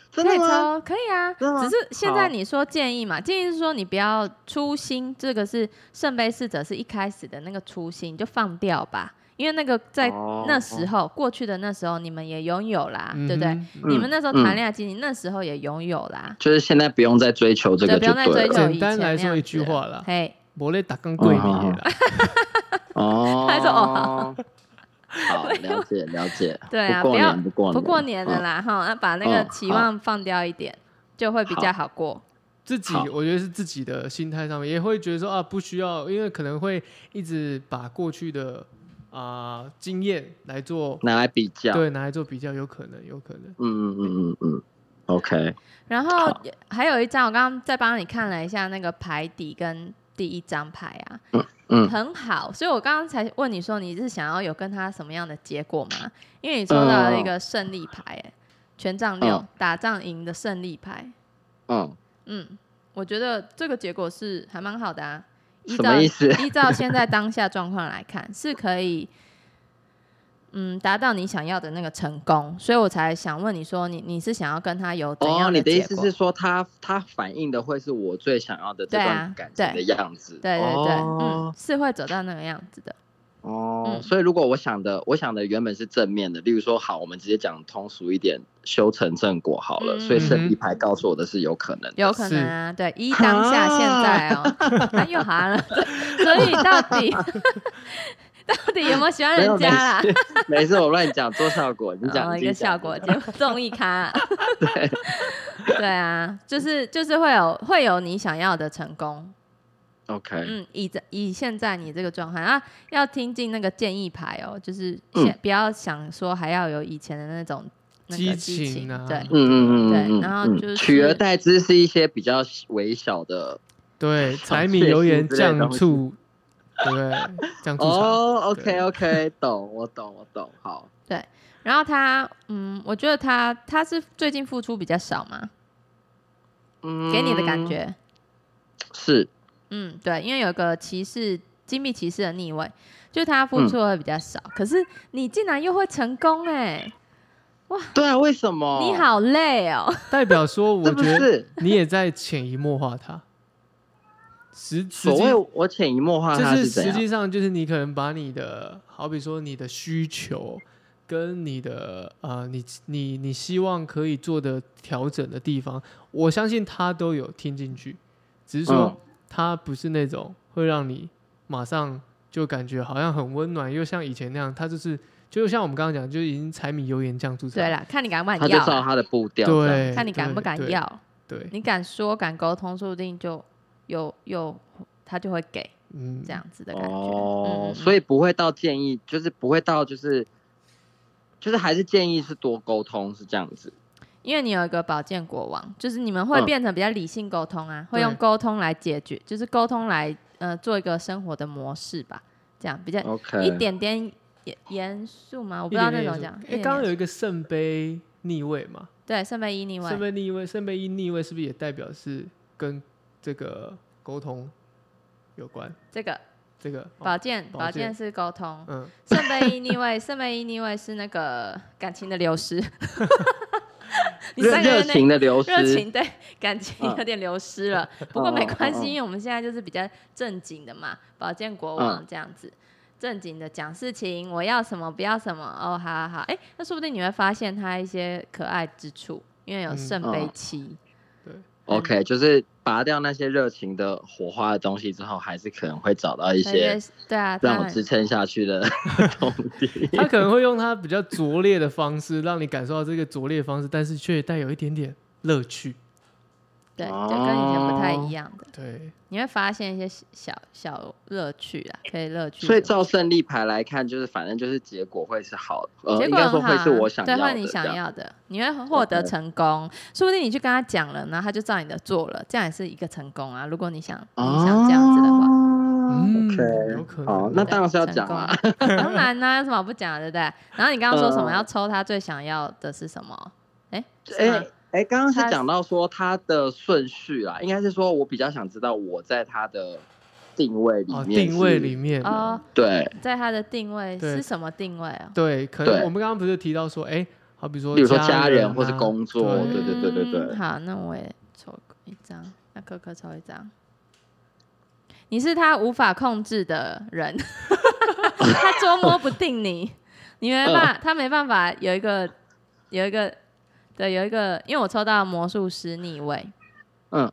D: 真
B: 可
D: 的
B: 以
D: 吗？
B: 抽，可以啊。
D: 真的吗
B: 只是现在
D: 好
B: 你说建议嘛，建议是说你不要初心，这个是圣杯侍者是一开始的那个初心，你就放掉吧，因为那个在
D: 哦
B: 那时候、过去的那时候你们也拥有啦，
A: 嗯
B: 对不对？
A: 哼
B: 你们那时候
D: 嗯
B: 谈恋爱经历，那时候也拥有啦。
D: 就是现在不用再追求这
B: 对，
D: 个
B: 不
D: 就
B: 用再追
D: 对了。
B: 究
A: 简
B: 以
A: 单
B: 前
A: 来
B: 那
A: 说
B: 样
A: 一句
B: 子了
A: 话啦
B: 嘿，
A: 我咧打工贵你
D: 哦
A: 啦，
D: 哦，
B: 他说
D: 哦，好，了解了解。
B: 对啊
D: 不过
B: 不要
D: 年不过年
B: 不过年了。啦哈，那把那个
D: 嗯
B: 期望放掉一点，就会比较好过。
A: 自己
D: 好
A: 我觉得是自己的心态上面也会觉得说啊，不需要，因为可能会一直把过去的啊、经验来做
D: 嗯拿来比较，
A: 对拿来做比较，有可能，有可能。
D: 嗯嗯嗯嗯嗯，OK，
B: 然后
D: 好
B: 还有一张，我刚刚再帮你看了一下那个牌底跟第一张牌啊，
D: 嗯
B: 很好。所以我刚刚才问你说你是想要有跟他什么样的结果吗？因为你抽到了一个胜利牌、哎，权杖六、
D: 呃嗯
B: 打仗赢的胜利牌，
D: 嗯，
B: 嗯，我觉得这个结果是还蛮好的啊。依
D: 什
B: 照
D: 么意思？
B: 依照现在当下状况来看，是可以，嗯，达到你想要的那个成功，所以我才想问你说，你你是想要跟他有怎
D: 哦，
B: 样
D: 你的意
B: 结
D: 思
B: 果？
D: 是说他他反映的会是我最想要的这
B: 对啊
D: 段感情的
B: 对
D: 样子？
B: 对对对，嗯
D: 哦，
B: 是会走到那个样子的。
D: 哦
B: 嗯，
D: 所以如果我想的我想的原本是正面的，例如说好，我们直接讲通俗一点，修成正果好了。
B: 嗯
D: 所以胜利牌告诉我的是有可能的。
B: 有可能啊，对，一当下现在哦，他又哈了， 所以到底到底有没有喜欢
D: 没
B: 人
D: 有
B: 家啦？
D: 没事，没事，我乱讲做效果，你讲
B: 哦，
D: 你
B: 一个
D: 自己讲
B: 效果，结果综艺咖 啊、 对啊，就是就是会有会有你想要的成功，
D: OK，
B: 嗯，以这以现在你这个状态啊，要听进那个建议牌哦，就是
D: 嗯
B: 先、不要想说还要有以前的那种那个
A: 激
B: 激
A: 情
B: 情，
A: 啊
B: 对，
D: 嗯嗯嗯嗯，
B: 对然后
D: 嗯
B: 就是
D: 取而代之是一些比较微小的
A: 对，柴米
D: 窃
A: 油
D: 喜
A: 盐
D: 之类的
A: 酱
D: 东西
A: 醋，对不对？酱醋茶。
D: 哦，OK
A: 对
D: OK，懂我懂我懂，好，
B: 然后他，嗯，我觉得他他是最近付出比较少嘛，
D: 嗯，
B: 给你的感觉，
D: 是
B: 嗯对，因为有个骑士金币骑士的逆位，就是他付出的会比较
D: 嗯
B: 少，可是你竟然又会成功哎、
D: 对啊，为什么？
B: 你，好累哦，
A: 代表 说，我
D: 是不
A: 觉得
D: 是？
A: 你也在潜移默化它。实实
D: 所
A: 际
D: 谓我潜移默化，
A: 就
D: 它
A: 是
D: 怎
A: 实
D: 样？
A: 际上就是你可能把你的好比说你的需求跟你的呃你你你希望可以做的调整的地方，我相信他都有听进去，只是说
D: 嗯
A: 他不是那种会让你马上就感觉好像很温暖，又像以前那样，他就是就像我们刚刚讲，就已经柴米油盐酱醋茶，
B: 对啦，看你敢不
D: 他
B: 敢
D: 就
B: 要
D: 照
B: 啦，
D: 他的步调，这样
A: 对，
B: 看你敢不敢
A: 对，
B: 要，
A: 对，对
B: 你敢说敢沟通，说不定就有有他就会给
A: 嗯，
B: 这样子的感觉，
D: 哦
B: 嗯，，
D: 所
B: 以
D: 以不会到建议，就是不会到就是就是还是建议是多沟通，是这样子。
B: 因为你有一个宝剑国王，就是你们会
D: 嗯
B: 变成比较理性沟通啊，会
A: 对
B: 用沟通来解决，就是沟通来呃做一个生活的模式吧，这样比较
D: OK，
B: 一点点严严肃嘛，我
A: 我
B: 不知道那种讲。一
A: 哎，
B: 点
A: 刚刚有
B: 严肃
A: 一个圣杯逆位嘛，
B: 对圣杯一逆
A: 圣
B: 位，
A: 杯逆位，圣杯一逆位是不是也代表是跟这个沟通有关？
B: 这个
A: 这个哦
B: 宝剑
A: 宝
B: 宝
A: 剑
B: 剑是沟通，
A: 嗯，
B: 圣杯一逆位，圣杯一逆位是那个感情的流失。 你
D: 热
B: 三个嗯
D: 热
B: 月内
D: 情的流
B: 热
D: 失，嗯
B: 情对 感情有点流失了，不过没关系，因为我们现在就是比较正经的嘛，保健国
D: 嗯
B: 王这样子，正经的讲事情，我要什么不要什么，哦，好好好，哎，那说不定你会发
D: 嗯
B: 现他一些可爱之处，因为有圣杯七，
A: 对
D: ，OK，就是拔掉那些热情的火花的东西之后，还是可能会找到一
B: 他也
D: 些
B: 是对啊，
D: 让
B: 他
D: 我
B: 很
D: 支撑下去的 动 力。
A: 他可能会用他比较拙劣的方式，让你感受到这个拙劣的方式，但是却带有一点点乐趣。
B: 对，就跟以前不太
D: 哦
B: 一样的，
A: 对，
B: 你会发现一些小小乐趣啦，可以乐趣的。
D: 所以照胜利牌来看，就是反正就是结果会是好，呃，
B: 结
D: 应
B: 果
D: 该
B: 很
D: 说
B: 好
D: 会
B: 啊，
D: 是我想要
B: 对，
D: 的。
B: 会你想要的，你会获得
D: OK
B: 成功。说不定你去跟他讲了，然后他就照你的做了，这样也是一个成功啊。如果你想
D: 这
B: 你
D: 样，
B: 想这样子的话，
D: 话
A: 嗯
D: OK，
A: 有可能
D: 好，哦那
B: 对
D: 当然是要
B: 成
D: 讲啊。
B: 功当然啊啦、有什么好不讲的，对不对？然后你刚刚说什么
D: 嗯
B: 要抽他最想要的是什么？哎，是吗
D: 哎哎，刚刚是
B: 他
D: 讲到说它的顺序啦，应该是说我比较想知道我在它的定位里
A: 哦，
D: 面、
A: 定位里，面
B: 哦，
D: 对，
B: 在他的定位
A: 对
B: 是什么定位啊？
A: 对，可能
D: 对
A: 我们刚刚不是提到说，哎、好比说、
D: 比如说
A: 家
D: 家
A: 人
D: 人
A: 啊
D: 或是工作哦对对对对对
B: 嗯好，那我也抽一张，那可可抽一张。你是他无法控制的人， 他捉摸不定你，你
D: 嗯
B: 没办法，他没办法有一个有一个对有一个，因为我抽到魔术师逆位，
D: 嗯，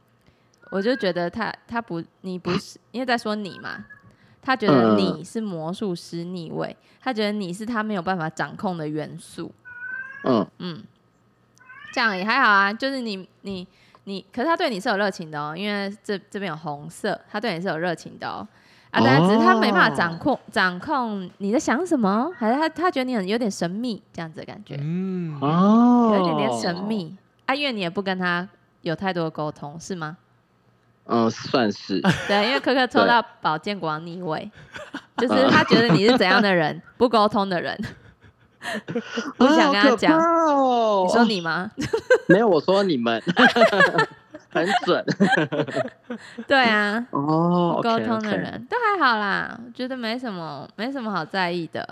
B: 我就觉得他他不你不是，因为在说你嘛，他觉得
D: 嗯
B: 你是魔术师逆位，他觉得你是他没有办法掌控的元素，
D: 嗯，
B: 嗯，这样也还好啊。就是你你你，可是他对你是有热情的哦，因为这这边有红色，他对你是有热情的哦。啊，但是只是他没办法掌控、掌控你在想什么，还是他他觉得你很有点神秘这样子的感觉，
A: 嗯，
D: 哦，
B: 有一点点神，秘。啊，因为你也不跟他有太多的沟通，是吗？
D: 嗯，算是，
B: 对，因为可可抽到宝剑国王逆位， 就是他觉得你是怎样的人，不沟通的人。 不想跟他讲
D: 啊好可怕哦、
B: 你说你吗？
D: 没有，我说你们 很 准
B: 对啊，
D: 哦
B: 不，沟通的人
D: o
B: 都还好啦，我觉得没什么，没什么好在意的。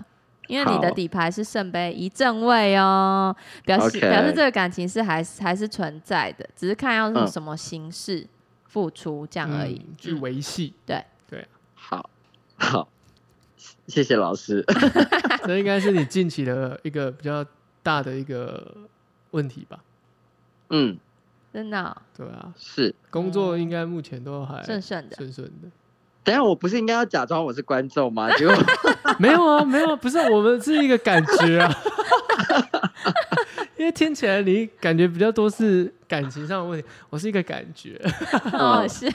B: 因为你的
D: 好
B: 底牌是圣杯一正位哦，表示
D: OK
B: 表示这个感情是还是还是存在的，只是看要用
D: 嗯
B: 什么形式付出这样而已。
A: 嗯去
B: 嗯
A: 维系，
D: 好好，谢谢老师。
A: 这应该是你近期的一个比较大的一个问题吧？
D: 嗯，
B: 真的哦
A: 对啊，
D: 是。
A: 工作应该目前都
D: 哎
A: 还
B: 顺顺的，
A: 顺顺的，
D: 等一下我不是应该要假装我是观众吗？ 结果
A: 没有啊，没有啊，不是我们是一个感觉啊， 因为听起来你感觉比较多是感情上的问题，我是一个感觉，
B: 好好笑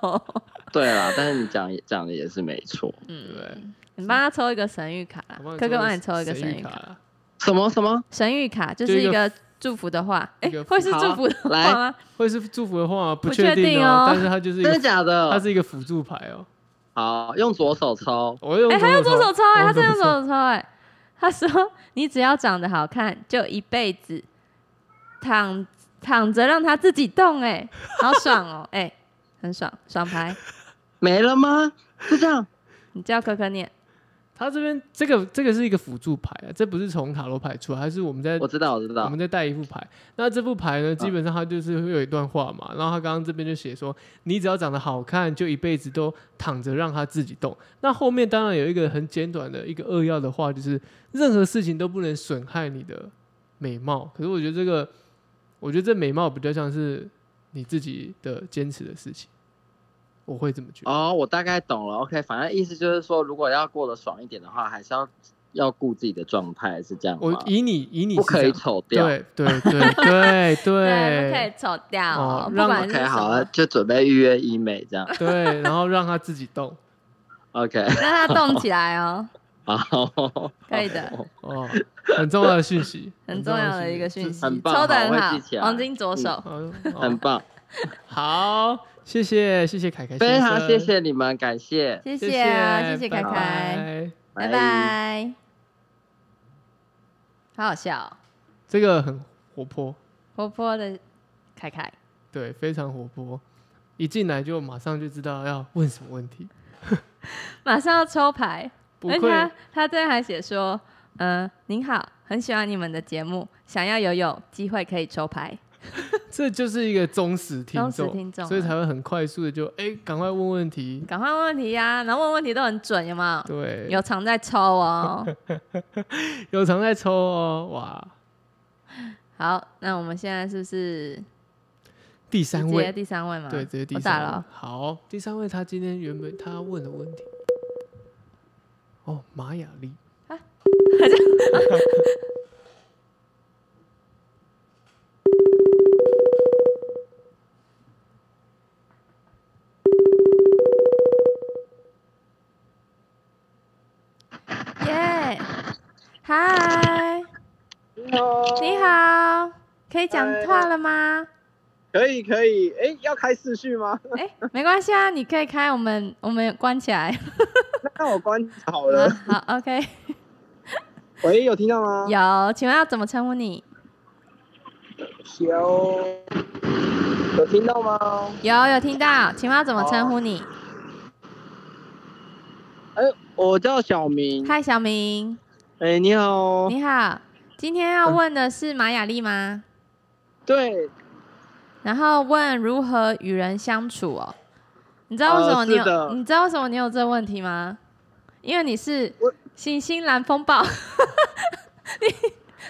B: 哦。
D: 嗯对啦，但是你讲也讲的也是没错。
A: 对
B: 嗯，你帮他抽一个神谕卡啦，哥哥帮你抽一个神谕卡。
A: 卡，
D: 什么什么？
B: 神谕卡就
A: 就是一
B: 一
A: 个
B: 个祝福的话，哎
A: 一个，
B: 会是
D: 好
B: 祝福的话
D: 来
B: 吗？
A: 会是祝福的话不
B: 不
A: 确
B: 确定
A: 哦
B: 哦，
A: 但是它就是一
D: 真的
A: 个，
D: 假的？
A: 它是一个辅助牌哦。
D: 好，用左手抽。
A: 我用
B: 哎、他用左手抽哎、
A: 我
B: 他真的用左手抽哎、 他说：“你只要长得好看，就一辈子躺躺着让他自己动、哎，好爽哦、哎、很爽，爽牌。
D: 没了吗？是这样。
B: 你叫可可念，
A: 他这边这个这个是一个辅助牌啊，这不是从塔罗牌出来，还是我们在
D: 我知道，我知
A: 呃我
D: 道
A: 们。在带一副牌。那这副牌呢，基本上它就是会有一段话嘛，然后他刚刚这边就写说，你只要长得好看，就一辈子都躺着让他自己动。那后面当然有一个很简短的一个扼要的话，就是任何事情都不能损害你的美貌。可是我觉得这个，我觉得这美貌比较像是你自己的坚持的事情，我会这么觉得。
D: 哦，我大概懂了。OK，反正意思就是说，如果要过得爽一点的话，还是要要顾自己的状态，是这样
A: 我
D: 吗？
A: 以你以你
D: 不
A: 是这
D: 可以
A: 样
D: 丑掉。
A: 对对对 对
B: 对，不可以
A: 对
B: 走掉、
A: 哦
B: 哦，不
A: 让
B: 管是什
D: OK，好
B: 么
D: 了，，就准备预约医美这样。
A: 对，然后让他自己动
D: OK，
B: 让他动起来哦、
D: 好，
B: 可以的，
A: 哦，很重要的讯息，
B: 很重要的一个讯息，
D: 很棒
B: 抽的
D: 好我
B: 很
D: 会
B: 好
D: 记起，来
B: 黄金左手，
A: 哦
D: 很
A: 哦
D: 棒，
A: 好，谢谢谢谢凯凯先
D: 非
A: 生，
D: 常谢谢你们，感谢，
B: 谢
A: 谢
B: 谢啊，谢谢
A: 拜
B: 凯凯，
A: 拜
B: 拜。拜，好好笑、哦，
A: 这个很活泼，
B: 活泼的凯凯。
A: 对，非常活泼，一进来就马上就知道要问什么问题，
B: 马上要抽牌，
A: 不
B: 而且
A: 愧
B: 他他这边还写说，嗯、您好，很喜欢你们的节目，想要有有机会可以抽牌，
A: 这就是一个忠实听
B: 忠实
A: 众，
B: 听众
A: 所以
B: 啊
A: 才会很快速的就哎，赶快问问题，
B: 赶快问问题呀、然后问问题都很准，有没有？
A: 对，
B: 有常在 抽哦。
A: 有常在抽哦，哇，
B: 好，那我们现在是不是
A: 第
B: 是
A: 三
B: 直接
A: 位，
B: 第三位吗？
A: 对，直接第
B: 嗯我打
A: 三
B: 了
A: 位
B: 哦。
A: 好，第三位他今天原本他问的问题，哦，玛雅丽，
B: 耶！嗨，
D: 你好，
B: 你，好，可以讲
D: 嗨
B: 话了吗？
D: 可以可以，哎、要开视讯吗？
B: 哎、没关系啊，你可以开，我们我们关起来。
D: 那我关好了。
B: 好，OK。
D: 喂，有听到吗？
B: 有，请问要怎么称呼你？
D: 有，有听到吗？
B: 有有听到，请问要怎么称呼你？
D: 哎、我叫小明。
B: 嗨，小明，
D: 哎、你好。
B: 你好，今天要问的是玛雅丽吗？
D: 对，
B: 然后问如何与人相处哦。你知道为什么
D: 呃
B: 你有？
D: 是的
B: 你知道为什么你有这个问题吗？因为你是
D: 我
B: 新新蓝风暴。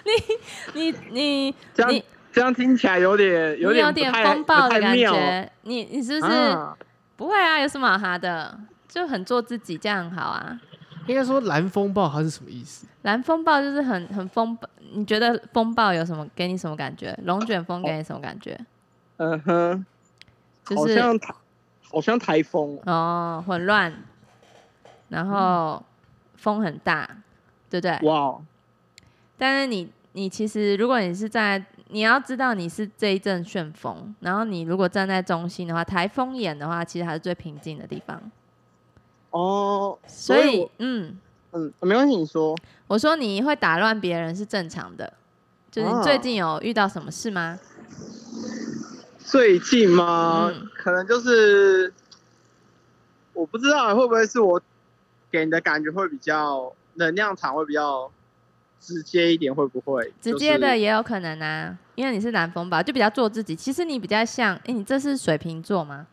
B: 你你你
D: 这
B: 你
D: 样
B: 你
D: 这样听起来有点
B: 你
D: 点
B: 有
D: 有
B: 点风暴的感觉，你你是不是、
D: 啊，
B: 不会啊？有什么好哈的？就很做自己，这样很好啊。
A: 应该说蓝风暴它是什么意思？
B: 蓝风暴就是很很风暴，你觉得风暴有什么给你什么感觉？龙卷风给你什么感觉？
D: 嗯哼，
B: 就
D: 哦好
B: 是
D: 像好像台风，
B: 哦，混乱，然后风很大，对不对？
D: 哇，
B: 但是你你其实如果你是在，你要知道你是这一阵旋风，然后你如果站在中心的话，台风眼的话，其实还是最平静的地方。
D: 哦，
B: 所
D: 所以
B: 以
D: 我，
B: 嗯，
D: 嗯，没关系，你说，
B: 我说你会打乱别人是正常的。就是你
D: 哦
B: 最近有遇到什么事吗？
D: 最近吗？
B: 嗯
D: 可能就是我不知道会不会是我给你的感觉会比较能量场会比较直接一点，会不会？
B: 直
D: 就是
B: 接的也有可能啊，因为你是南风吧，就比较做自己。其实你比较像，哎、你这是水瓶座吗？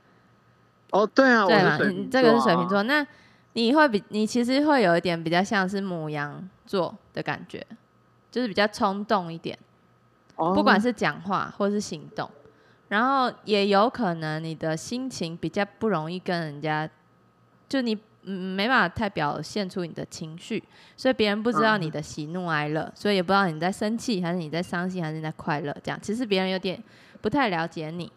D: 哦，对啊，
B: 对
D: 我
B: 嘛
D: 是，水
B: 你
D: 瓶
B: 这个
D: 座
B: 是水瓶
D: 啊
B: 座，，那你会比你其实会有一点比较像是母羊座的感觉，就是比较冲动一点，
D: 哦
B: 不管是讲话或是行动，然后也有可能你的心情比较不容易跟人家，就你。嗯，没办法太表现出你的情绪，所以别人不知道
D: 嗯
B: 你的喜怒哀乐，所以也不知道你在生气还是你在伤心还是你在快乐，这样其实别人有点不太了解你，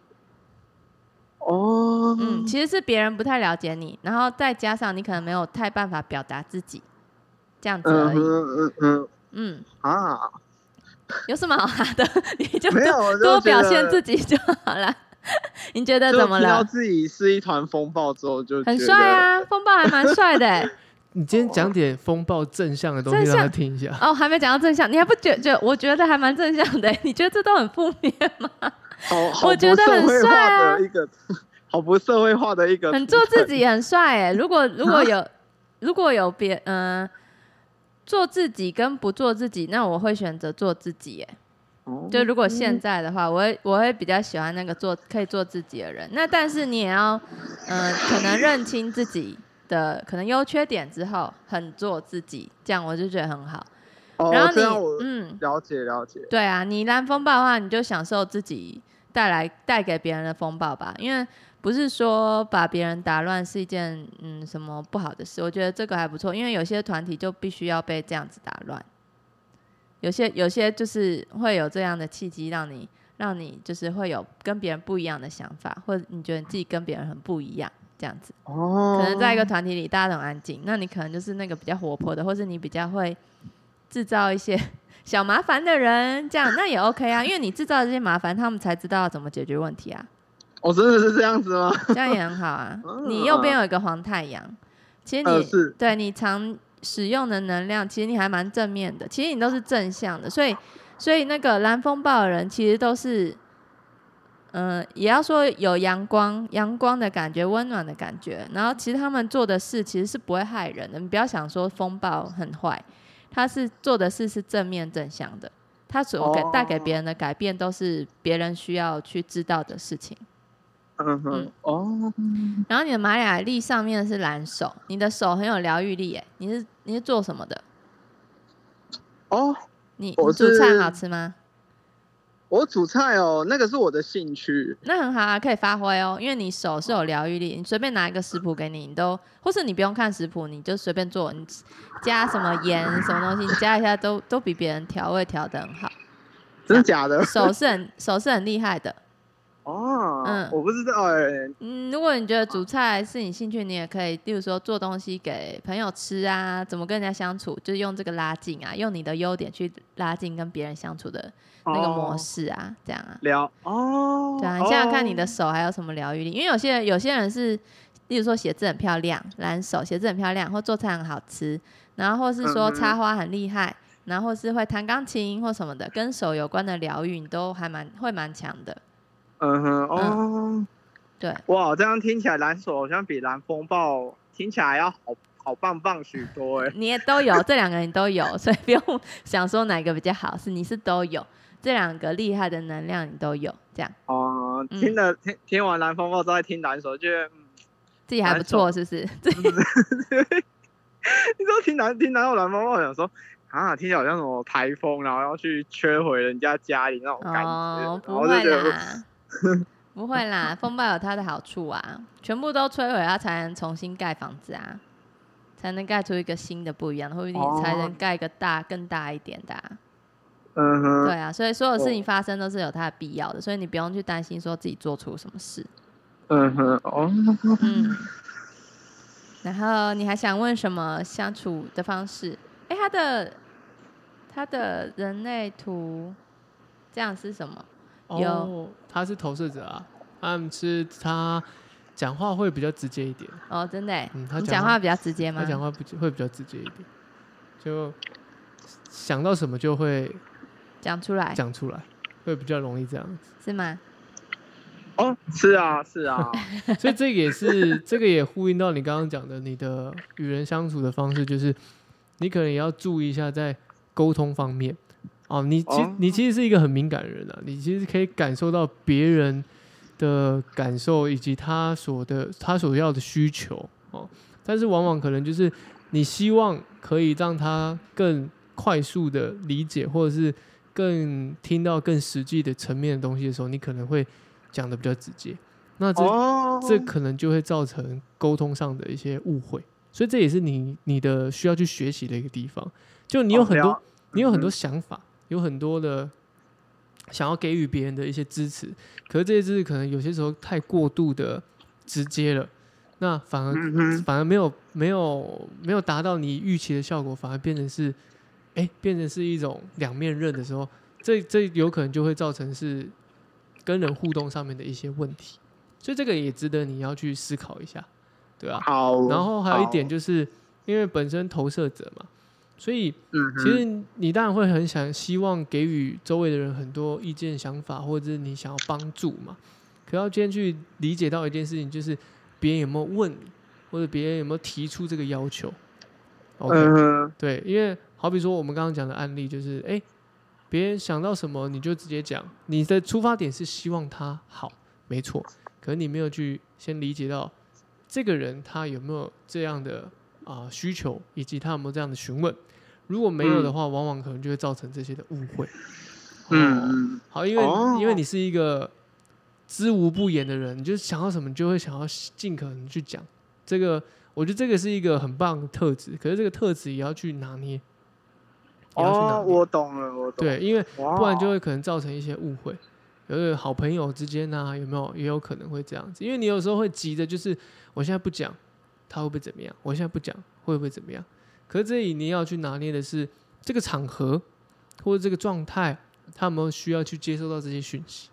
D: 哦，
B: 嗯，其实是别人不太了解你，然后再加上你可能没有太办法表达自己，这样子
D: 嗯
B: 而
D: 哼
B: 已。
D: 嗯嗯
B: 嗯，
D: 啊，
B: 有什么好哈的？ 你就
D: 没有
B: 多
D: 我就
B: 多表
D: 觉
B: 现
D: 得
B: 自己就好了。 你觉得
D: 就
B: 怎么
D: 听到
B: 了？
D: 自己是一团风暴之后就
B: 很
D: 觉
B: 帅
D: 得，
B: 啊，风暴还蛮帅的、欸。
A: 你今天讲点风暴正向的东西
B: 正
A: 让他
B: 向
A: 听一下，
B: 哦，还没讲到正向，你还不觉觉？我觉得还蛮正向的欸、你觉得这都很负面 吗？
D: 好，好
B: 我
D: 不
B: 觉得
D: 社
B: 很
D: 会
B: 帅
D: 化
B: 啊
D: 的一个，好不社会化的一个，
B: 很做自，己，很帅哎、如果如果
D: 啊
B: 有如果有别嗯、做自己跟不做自己，那我会选择做自己哎、
D: 哦
B: 就如果现在的话，我会我会比较喜欢那个做可以做自己的人。那但是你也要，嗯、可能认清自己的可能优缺点之后，很做自己，这样我就觉得很好。
D: 哦
B: 然后
D: 这样我
B: 你，嗯，
D: 了解了解，
B: 对啊，你蓝风暴的话，你就享受自己带来带给别人的风暴吧，因为不是说把别人打乱是一件嗯什么不好的事，我觉得这个还不错，因为有些团体就必须要被这样子打乱，有些有些就是会有这样的契机让你让你就是会有跟别人不一样的想法，或者你觉得你自己跟别人很不一样这样子。
D: 哦，
B: 可能在一个团体里，大家都很安静，那你可能就是那个比较活泼的，或是你比较会制造一些 小麻烦的人，这样那也 OK 啊，因为你制造这些麻烦，他们才知道怎么解决问题啊，
D: 哦，真的是这样子吗？。
B: 这样也很好啊
D: 嗯
B: 你右边有一个黄太阳，其实你、
D: 呃是
B: 对你常使用的能量，其实你还蛮正面的，其实你都是正向的，所以所以那个蓝风暴的人其实都是。嗯、也要说有阳光，阳光的感觉，温暖的感觉。然后其实他们做的事其实是不会害人的，你不要想说风暴很坏，他是做的事是正面正向的，他所给带给别人的改变都是别人需要去知道的事情。
D: 嗯哼
B: 嗯，
D: 哦，
B: 然后你的玛雅历上面是蓝手，你的手很有疗愈力耶。你是你是做什么的？
D: 哦，
B: 你
D: 我
B: 你煮菜
D: 是
B: 好吃吗？
D: 我煮菜哦，那个是我的兴趣。
B: 那很好啊，可以发挥哦，因为你手是有疗愈力，你随便拿一个食谱给你，你都，或是你不用看食谱，你就随便做，你加什么盐什么东西，你加一下都都比别人调味调的很好，啊
D: 真的假的？
B: 手是很手是很厉害的。
D: 哦，
B: 嗯
D: 我不知道哎、
B: 嗯，如果你觉得煮菜是你兴趣，你也可以，例如说做东西给朋友吃啊，怎么跟人家相处，就是用这个拉近啊，用你的优点去拉近跟别人相处的那个模
D: 哦、
B: 式啊，这样啊。
D: 聊哦，
B: 对啊，你想想看你的
D: 哦
B: 手还有什么疗愈力？因为有些人有些人是，例如说写字很漂亮，蓝手写字很漂亮，或做菜很好吃，然后或是说
D: 嗯哼
B: 插花很厉害，然后是会弹钢琴或什么的，跟手有关的疗愈，你都还蛮会蛮强的。
D: 嗯哼哦。
B: 对，
D: 哇，这样听起来蓝手好像比蓝风暴听起来要好好棒棒许多
A: 嗯
D: 哎、
B: 你也都有，这两个人都有，所以不用想说哪个比较好，是你是都有，这两个厉害的能量你都有，这样
D: 哦、
B: 嗯
D: 听了听听完蓝风暴之后再听蓝手，就觉得嗯，
B: 自己还不错，是不是？ 自己
D: 你知道听蓝听蓝手蓝风暴，想说啊，听起来好像什么台风，然后要去摧毁人家家里那种感觉，
B: 哦，
D: 然
B: 不
D: 后就
B: 会
D: 觉得
B: 啦， 不会啦，风暴有它的好处啊，全部都摧毁，它才能重新盖房子啊，才能盖出一个新的不一样的，或者
D: 哦
B: 你才能盖一个大更大一点的、啊。
D: 嗯哼，
B: 对啊，所以所有事情
D: 哦
B: 发生都是有它的必要的，所以你不用去担心说自己做出什么事。
D: 嗯哼，哦，
B: 嗯，然后你还想问什么相处的方式？哎，他的他的人类图这样是什么？有
A: 哦，他是投射者啊，他们是他讲话会比较直接一点，
B: 哦，真的诶，
A: 嗯他
B: 你
A: 讲
B: 讲
A: 话
B: 话比较直接吗
A: 他？讲话不会比较直接一点，就想到什么就会
B: 讲出来
A: 讲出来，会比较容易这样子。
B: 是吗？
D: 哦，是啊，是啊，
A: 所以这个也是这个也呼应到你刚刚讲的，你的与人相处的方式，就是你可能也要注意一下在沟通方面。哦，你其
D: 哦
A: 你其实是一个很敏感的人啊，你其实可以感受到别人的感受以及他所的他所要的需求哦，但是往往可能就是你希望可以让他更快速的理解，或者是更听到更实际的层面的东西的时候，你可能会讲的比较直接。那这
D: 哦，
A: 这可能就会造成沟通上的一些误会，所以这也是你你的需要去学习的一个地方。就你有
D: 哦
A: 很多、
D: 了
A: 你有很多
D: 嗯
A: 想法，有很多的想要给予别人的一些支持，可是这些支持可能有些时候太过度的直接了，那反而、
D: 嗯哼，
A: 反而没有没有没有达到你预期的效果，反而变成是，哎、变成是一种两面刃的时候，这这有可能就会造成是跟人互动上面的一些问题，所以这个也值得你要去思考一下，对啊。
D: 好，
A: 然后还有一点
D: 好，
A: 就是，因为本身投射者嘛，所以
D: 嗯哼，
A: 其实你当然会很想希望给予周围的人很多意见、想法，或者是你想要帮助嘛。可要先去理解到一件事情，就是别人有没有问你，或者别人有没有提出这个要求。OK，、
D: 嗯哼，
A: 对，因为好比说我们刚刚讲的案例，就是哎，诶别人想到什么你就直接讲，你的出发点是希望他好，没错，可是你没有去先理解到这个人他有没有这样的啊、需求，以及他有没有这样的询问。如果没有的话，往往可能就会造成这些的误会。
D: 嗯
A: 哦，
D: 嗯，
A: 好，因为、
D: 哦
A: 因为你是一个知无不言的人，你就是想要什么，你就会想要尽可能去讲。这个我觉得这个是一个很棒的特质，可是这个特质也要去拿捏，也要去拿
D: 哦，
A: 捏。
D: 我懂了，我懂了，
A: 对，因为
D: 哇，
A: 不然就会可能造成一些误会，有的好朋友之间啊，有没有也有可能会这样子，因为你有时候会急着，就是我现在不讲，他会不会怎么样？我现在不讲，会不会怎么样？可是这里你要去拿捏的是这个场合或者这个状态，他有没有需要去接收到这些讯息？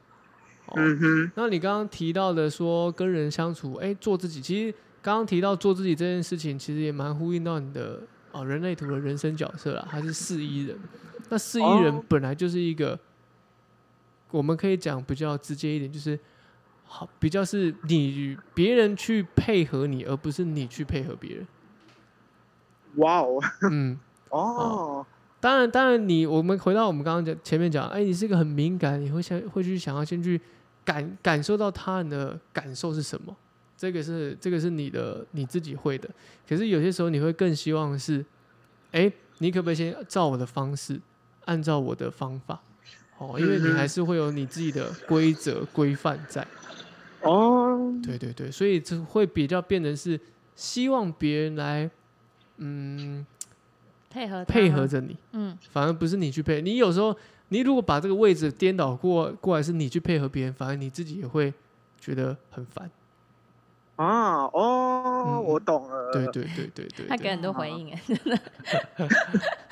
A: 哦，
D: 嗯哼，
A: 那你刚刚提到的说跟人相处，哎，做自己，其实刚刚提到做自己这件事情，其实也蛮呼应到你的哦人类图的人生角色啦，他是四一人。那四一人
D: 哦
A: 本来就是一个，我们可以讲比较直接一点，就是好比较是你别人去配合你，而不是你去配合别人。
D: 哇哦，
A: 嗯，
D: 哦，
A: 当然，当然你，我们回到我们刚刚讲前面讲，哎，你是一个很敏感，你会先会去想要先去感感受到他人的感受是什么，这个是这个是你的你自己会的。可是有些时候你会更希望是，哎，你可不可以先照我的方式，按照我的方法，哦，因为你
D: 嗯哼
A: 还是会有你自己的规则规范在。
D: 哦，
A: 对对对，所以这会比较变成是希望别人来，嗯，
B: 配合他
A: 配
B: 吗
A: 合，着你，
B: 嗯，
A: 反而不是你去配。你有时候你如果把这个位置颠倒过过来，是你去配合别人，反而你自己也会觉得很烦。
D: 啊，哦，
A: 嗯
D: 我懂了。
A: 对对对对对
B: 他给
A: 对，
B: 很多回应哎，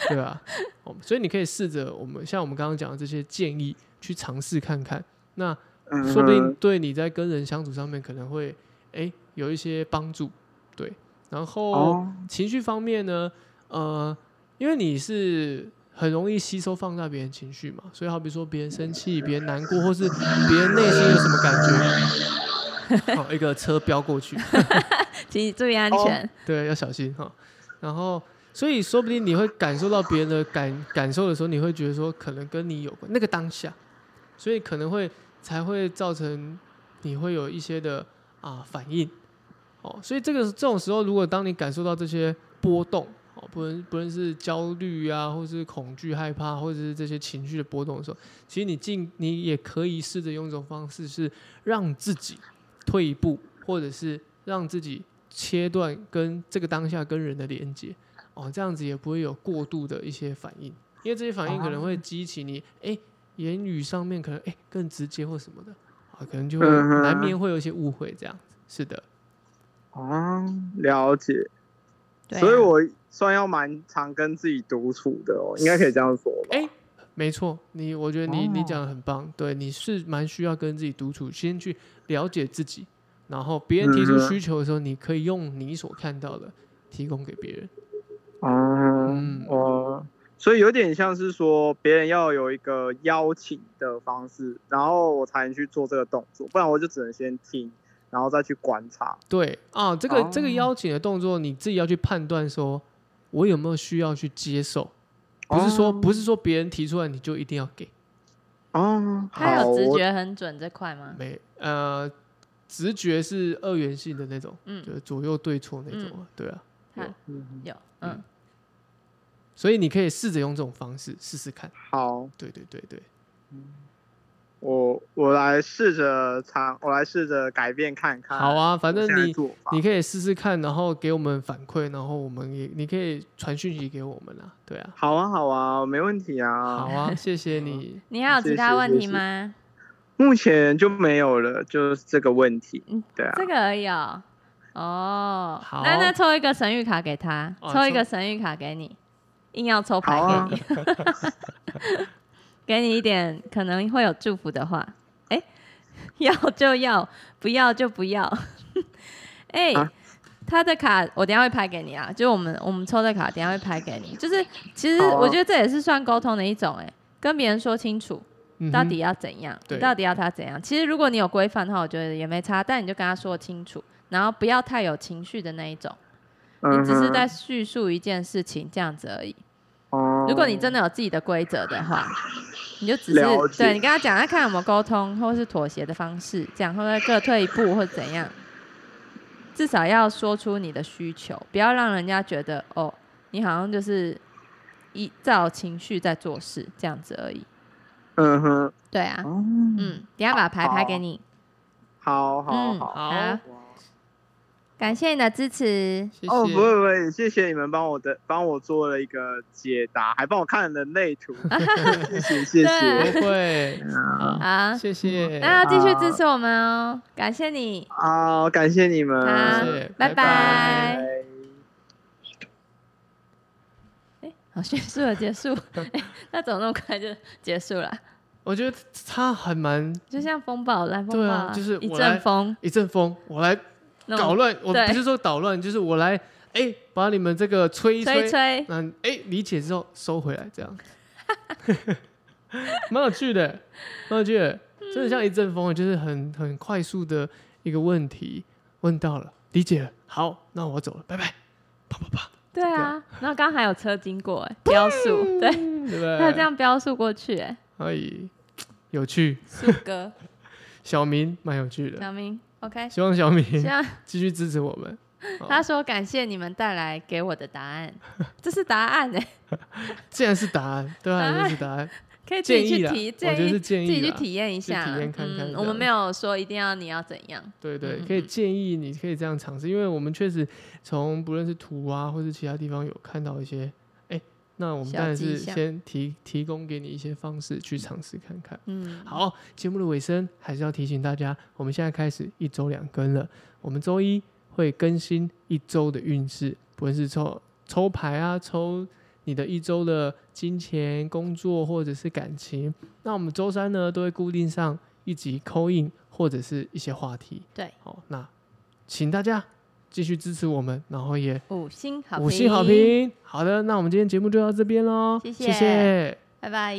A: 对啊。哦所以你可以试着我们像我们刚刚讲的这些建议去尝试看看，那
D: 嗯哼
A: 说不定对你在跟人相处上面可能会哎、诶有一些帮助。对，然后。
D: 哦，
A: 情绪方面呢，呃，因为你是很容易吸收放大别人情绪嘛，所以好比说别人生气、别人难过，或是别人内心有什么感觉，好、一个车飙过去，
B: 请你注意安
D: 哦
B: 全。
A: 对，要小心哈、然后，所以说不定你会感受到别人的感感受的时候，你会觉得说可能跟你有关，那个当下，所以可能会才会造成你会有一些的啊反应。哦，所以这个这种时候，如果当你感受到这些波动，哦，不论不论是焦虑啊，或是恐惧、害怕，或者是这些情绪的波动的时候，其实你尽你也可以试着用一种方式，是让自己退一步，或者是让自己切断跟这个当下跟人的连接，哦，这样子也不会有过度的一些反应，因为这些反应可能会激起你，哎、言语上面可能哎、诶更直接或什么的，啊，可能就会
D: 嗯哼
A: 难免会有一些误会，这样子是的。
D: 哦，了解。
B: 对啊，
D: 所以我算要蛮常跟自己独处的哦，应该可以这样说吧？
A: 哎没错，你我觉得你你
D: 哦
A: 讲的很棒，对，你是蛮需要跟自己独处，先去了解自己，然后别人提出
D: 嗯哼
A: 需求的时候，你可以用你所看到的提供给别人。
D: 哦，
A: 嗯，
D: 哦，所以有点像是说别人要有一个邀请的方式，然后我才能去做这个动作，不然我就只能先听，然后再去观察。
A: 对啊，这个、这个
D: 哦
A: 邀请的动作，你自己要去判断说，我有没有需要去接受，不是说、
D: 哦
A: 不是说别人提出来你就一定要给，
D: 哦，
B: 他有
D: 好
B: 直
D: 我
B: 觉很准这块吗？
A: 没呃，直觉是二元性的那种，
B: 嗯
A: 就是左右对错那种啊，对啊，
B: 他
D: 嗯
B: 有，嗯，
A: 所以你可以试着用这种方式试试看，
D: 好，
A: 对对对对，
D: 嗯我我来试着尝，我来试着改变看看。
A: 好，啊，反正你
D: 做法
A: 你可以试试看，然后给我们反馈，然后我们也你可以传讯息给我们啊，对啊，
D: 好啊，好啊，没问题
A: 好
D: 啊。
A: 啊，谢谢你，
B: 你还有其他
D: 谢谢
B: 问题
D: 谢谢
B: 吗？
D: 目前就没有了，就是这个问题
B: 嗯。
D: 对啊
B: 这，个而已哦。哦，
A: 好
B: 那那抽一个神谕卡给他，
A: 哦
B: 抽一
A: 抽
B: 个神谕卡给你，硬要抽牌
D: 好啊
B: 给你， 给你一点可能会有祝福的话。哎、 要就要，不要就不要。 哎、
D: 啊
B: 他的卡我等一下会拍给你啊，就我们我们抽的卡等一下会拍给你。就是其实
D: 好啊
B: 我觉得这也是算沟通的一种、哎，跟别人说清楚。
A: 嗯哼
B: 到底啊要怎样，
A: 对
B: 你到底要他怎样。其实如果你有规范的话，我觉得也没差，但你就跟他说清楚，然后不要太有情绪的那一种，
D: 嗯
B: 你只是在叙述一件事情这样子而已。
A: 哦
D: 嗯哼。
B: 如果你真
D: 的
B: 的有自己的规则的 话，你就只是
D: 了解
B: 对你跟他讲，他看有没有沟通或是妥协的方式，这样会不会各退一步或怎样？至少要说出你的需求，不要让人家觉得哦，你好像就是依照情绪在做事这样子而已。
D: 嗯哼，
B: 对啊，
D: 哦，
B: 嗯，等一下把牌拍给你。
D: 好好
B: 嗯，
D: 好。
B: 好，感谢你的支持。
A: 谢谢，
D: 哦，不会不会，谢谢你们帮我的帮我做了一个解答，还帮我看了人 类图，谢谢谢
B: 对
D: 谢。
A: 不会，好，
B: 好，
A: 谢谢，
B: 啊那要继续支持我们哦，感谢你。
D: 好、感谢你们，
B: 好
A: 谢谢，
B: 拜拜
D: 拜
B: 哎，好，结束了，结 束。哎，那怎么那么快就结束了？
A: 我觉得他还蛮
B: 就像风暴来风
A: 对
B: 暴
A: 啊
B: 啊，
A: 就是
B: 一
A: 我来
B: 阵风
A: 一阵风，我来
B: 那
A: 搞
B: 种
A: 乱，我
B: 对
A: 不是说捣乱，就是我来哎、把你们这个吹一
B: 吹一吹。
A: 那哎、理解之后收回来，这样， 蛮有趣的，蛮有趣的，真的像一阵风，就是很很快速的一个问题问到了，理解了，好，那我走了，拜拜，啪啪啪，
B: 对啊，然后刚刚还有车经过，哎，飙速，对，
A: 对不对？
B: 还有这，样飙速过去，哎，
A: 哎，有趣，
B: 树 哥，
A: 小明蛮有趣的，
B: 小明，OK，
A: 希望小明
B: 希望
A: 继续支持我们。好
B: 他说感谢你们带来给我的答案，这是答案哎，
A: 竟然是答案，对
B: 答
A: 啊，
B: 案
A: 就是答案。
B: 可以自
A: 建
B: 己
A: 议
B: 去
A: 啦，
B: 体，
A: 我觉
B: 建
A: 得
B: 议
A: 是建议
B: 自己去
A: 啦
B: 体验一
A: 去
B: 下，
A: 体验看看
B: 嗯。
A: 这
B: 我们
A: 样
B: 没有说一定要你要怎样，
A: 对对，
B: 嗯
A: 可以
B: 嗯
A: 建议你可以这样尝试，因为我们确实从不论是图啊，或是其他地方有看到一些，哎，那我们
B: 小
A: 当然
B: 迹
A: 是
B: 象
A: 先提提供给你一些方式去尝试看看。
B: 嗯，，
A: 好，节目的尾声还是要提醒大家，我们现在开始一周两更了。我们周一会更新一周的运势，不论是抽抽牌啊，抽你的一周的金钱、工作或者是感情。那我们周三呢，都会固定上一集扣印或者是一些话题。
B: 对，
A: 好，那请大家继续支持我们，然后也
B: 五星好，
A: 五星好，评。好的，那我们今天节目就到这边喽，
B: 谢
A: 谢
B: 谢拜拜。